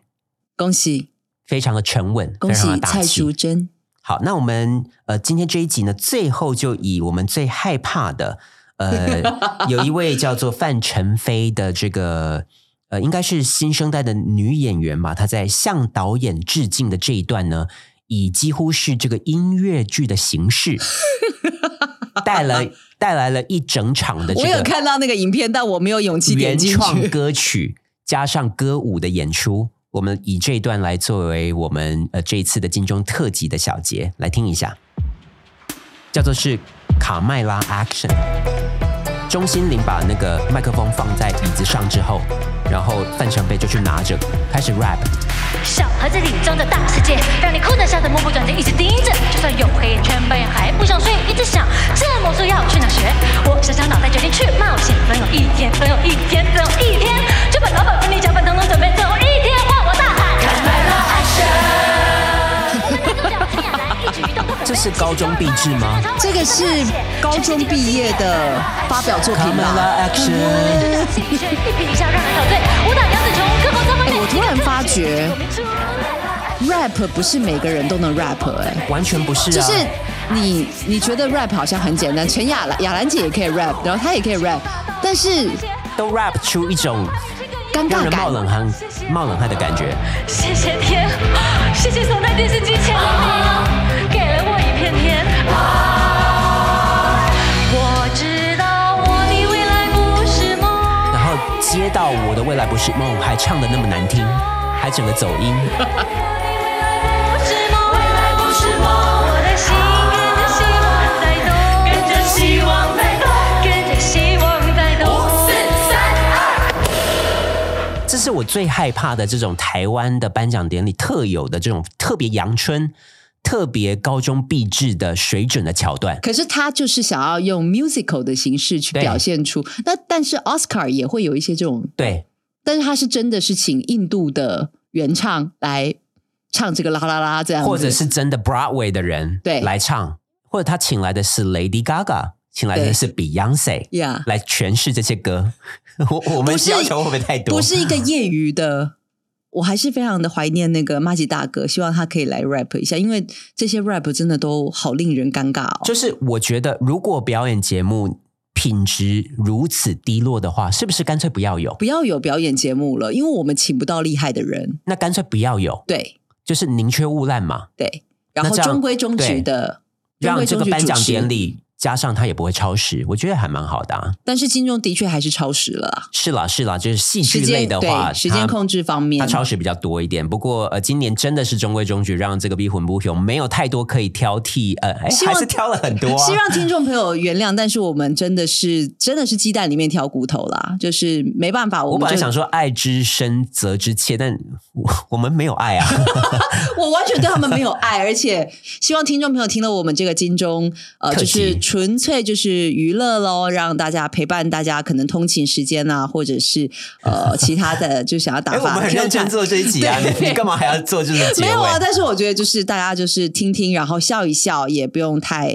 [SPEAKER 3] 恭喜，
[SPEAKER 2] 非常的沉稳，
[SPEAKER 3] 恭喜
[SPEAKER 2] 非常的大
[SPEAKER 3] 蔡
[SPEAKER 2] 气
[SPEAKER 3] 淑珍。
[SPEAKER 2] 好，那我们呃今天这一集呢，最后就以我们最害怕的 呃，有一位叫做范晨飞的这个呃，应该是新生代的女演员吧，她在向导演致敬的这一段呢，以几乎是这个音乐剧的 形式带来带来了一整场的这
[SPEAKER 3] 我有
[SPEAKER 2] 个
[SPEAKER 3] 看到那个影片，但我没有勇气点
[SPEAKER 2] 原
[SPEAKER 3] 进
[SPEAKER 2] 创
[SPEAKER 3] 去。
[SPEAKER 2] 歌曲加上歌舞的演出。我们以这一段来作为我们呃这一次的金钟特辑的小节来听一下。叫做是卡麦拉 Action。钟欣凌把那个麦克风放在椅子上之后，然后范丞丞就去拿着开始 rap。
[SPEAKER 20] 小盒子里装着大世界，让你哭得笑得目不转睛，一直盯着。就算有黑眼圈，半夜还不想睡，一直想这魔术要去哪学。我想想脑袋决定去冒险，总有一天，总有一天，总有一天，就把
[SPEAKER 3] 哎
[SPEAKER 20] 老板跟你脚本统统准备，总有一天换我大喊。看来了安
[SPEAKER 2] 这是高中必制吗？
[SPEAKER 3] 这个是高中毕业的发表作品吧？
[SPEAKER 20] 一颦一笑让人陶醉，舞蹈杨紫琼，歌喉
[SPEAKER 3] 哎，我突然发觉，rap 不是每个人都能 rap 哎、
[SPEAKER 2] 完全不是啊
[SPEAKER 3] 就是你你觉得 rap 好像很简单，陈雅兰雅兰姐也可以 rap，然后她也可以 rap，但是
[SPEAKER 2] 都 rap 出一种
[SPEAKER 3] 尴
[SPEAKER 2] 让
[SPEAKER 3] 尬
[SPEAKER 2] 人
[SPEAKER 3] 感
[SPEAKER 2] 冒。冷汗、冒冷汗的感觉。
[SPEAKER 20] 谢谢天，谢谢走在电视机前的你，给了我一片天。我知道我的未来不是梦。
[SPEAKER 2] 然后接到我的未来不是梦，还唱的那么难听，还整个走 音。
[SPEAKER 20] 我的心跟着希望在动，跟着希望在动，跟着希望在动。五四三二。
[SPEAKER 2] 这是我最害怕的这种台湾的颁奖典礼特有的这种特别阳春、特别高中必制的水准的桥段。
[SPEAKER 3] 可是她就是想要用 musical 的形式去表现出，那但是 Oscar 也会有一些这种
[SPEAKER 2] 对，
[SPEAKER 3] 但是他是真的是请印度的原唱来唱这个啦啦啦这样子，
[SPEAKER 2] 或者是真的 Broadway 的人
[SPEAKER 3] 对
[SPEAKER 2] 来唱，或者他请来的是 Lady Gaga，请来的是 Beyonce
[SPEAKER 3] Yeah
[SPEAKER 2] 来诠释这些歌。 我我们
[SPEAKER 3] 不是
[SPEAKER 2] 要求会不会太多？
[SPEAKER 3] 不是一个业余的。我还是非常的怀念那个马吉大哥，希望他可以来 rap 一下，因为这些 rap 真的都好令人尴尬哦。
[SPEAKER 2] 就是我觉得，如果表演节目品质如此低落的话，是不是干脆不要有？
[SPEAKER 3] 不要有表演节目了，因为我们请不到厉害的人。
[SPEAKER 2] 那干脆不要有，
[SPEAKER 3] 对
[SPEAKER 2] 就是宁缺毋滥嘛。
[SPEAKER 3] 对，然后
[SPEAKER 2] 那这样
[SPEAKER 3] 中规中矩的，中
[SPEAKER 2] 让
[SPEAKER 3] 规
[SPEAKER 2] 这
[SPEAKER 3] 中
[SPEAKER 2] 个
[SPEAKER 3] 矩
[SPEAKER 2] 颁奖
[SPEAKER 3] 主持
[SPEAKER 2] 典。礼加上它也不会超时，我觉得还蛮好的、啊。
[SPEAKER 3] 但是金钟的确还是超时了啊，
[SPEAKER 2] 是啦，是啦，就是戏
[SPEAKER 3] 时
[SPEAKER 2] 剧
[SPEAKER 3] 间
[SPEAKER 2] 类的话，
[SPEAKER 3] 对时间
[SPEAKER 2] 它
[SPEAKER 3] 控制方面
[SPEAKER 2] 它超时比较多一点。不过呃，今年真的是中规中矩，让这个逼魂不熊没有太多可以挑剔。呃，哎，
[SPEAKER 3] 希
[SPEAKER 2] 还
[SPEAKER 3] 望
[SPEAKER 2] 是挑了很多、啊。
[SPEAKER 3] 希望听众朋友原谅，但是我们真的是真的是鸡蛋里面挑骨头啦，就是没办法，
[SPEAKER 2] 我
[SPEAKER 3] 我们
[SPEAKER 2] 本来
[SPEAKER 3] 就
[SPEAKER 2] 想说，爱之深责之切，但我我们没有 爱啊。
[SPEAKER 3] 我完全对他们没有爱，而且希望听众朋友听了我们这个金钟，呃，
[SPEAKER 2] 特
[SPEAKER 3] 就
[SPEAKER 2] 辑
[SPEAKER 3] 是纯粹就是娱乐喽，让大家陪伴大家可能通勤时间啊，或者是 呃其他的就想要打
[SPEAKER 2] 哎，我
[SPEAKER 3] 发。
[SPEAKER 2] 们很认真做这一 集啊，
[SPEAKER 3] 对
[SPEAKER 2] 你你干嘛还要做这种结
[SPEAKER 3] 没
[SPEAKER 2] 尾？
[SPEAKER 3] 有啊，但是我觉得就是大家就是听听，然后笑一笑，也不用太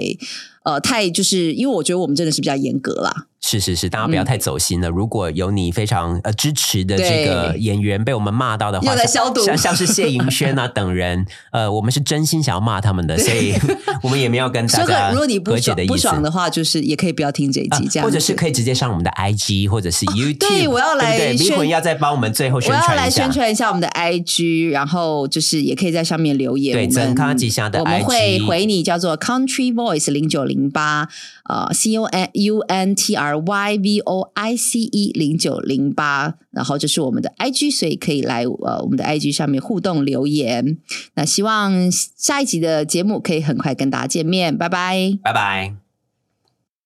[SPEAKER 3] 呃太就是，因为我觉得我们真的是比较严格啦。
[SPEAKER 2] 是是是，大家不要太走心了。如果有你非常呃支持的这个
[SPEAKER 3] 嗯对
[SPEAKER 2] 演员被我们骂到的话，
[SPEAKER 3] 又在消毒
[SPEAKER 2] 像像像是谢盈萱啊 等人，呃，我们是真心想要骂他们的，所以我们也没有跟
[SPEAKER 3] 所
[SPEAKER 2] 大
[SPEAKER 3] 以
[SPEAKER 2] 家
[SPEAKER 3] 如果你不
[SPEAKER 2] 和解
[SPEAKER 3] 爽
[SPEAKER 2] 的意思。啊
[SPEAKER 3] 不爽的话，就是也可以不要听这一集，这样
[SPEAKER 2] 或者
[SPEAKER 3] 子
[SPEAKER 2] 是可以直接上我们的 IG 或者是 YouTube，、
[SPEAKER 3] 哦对我要来
[SPEAKER 2] 对不对？
[SPEAKER 3] 宣
[SPEAKER 2] 灵魂要再帮我们最后宣
[SPEAKER 3] 我要
[SPEAKER 2] 传
[SPEAKER 3] 来
[SPEAKER 2] 一下
[SPEAKER 3] 宣。传一下我们的 IG，然后就是也可以在上面留言。
[SPEAKER 2] 对
[SPEAKER 3] 我们
[SPEAKER 2] 曾康吉祥的
[SPEAKER 3] 我们
[SPEAKER 2] IG
[SPEAKER 3] 会回你叫做 Country Voice 零九零八，呃，C O N U N T R Y V O I C E 零九零八，然后这是我们的 IG，所以可以来呃我们的 IG 上面互动留言。那希望下一集的节目可以很快跟大家见面，拜拜。
[SPEAKER 2] 拜拜。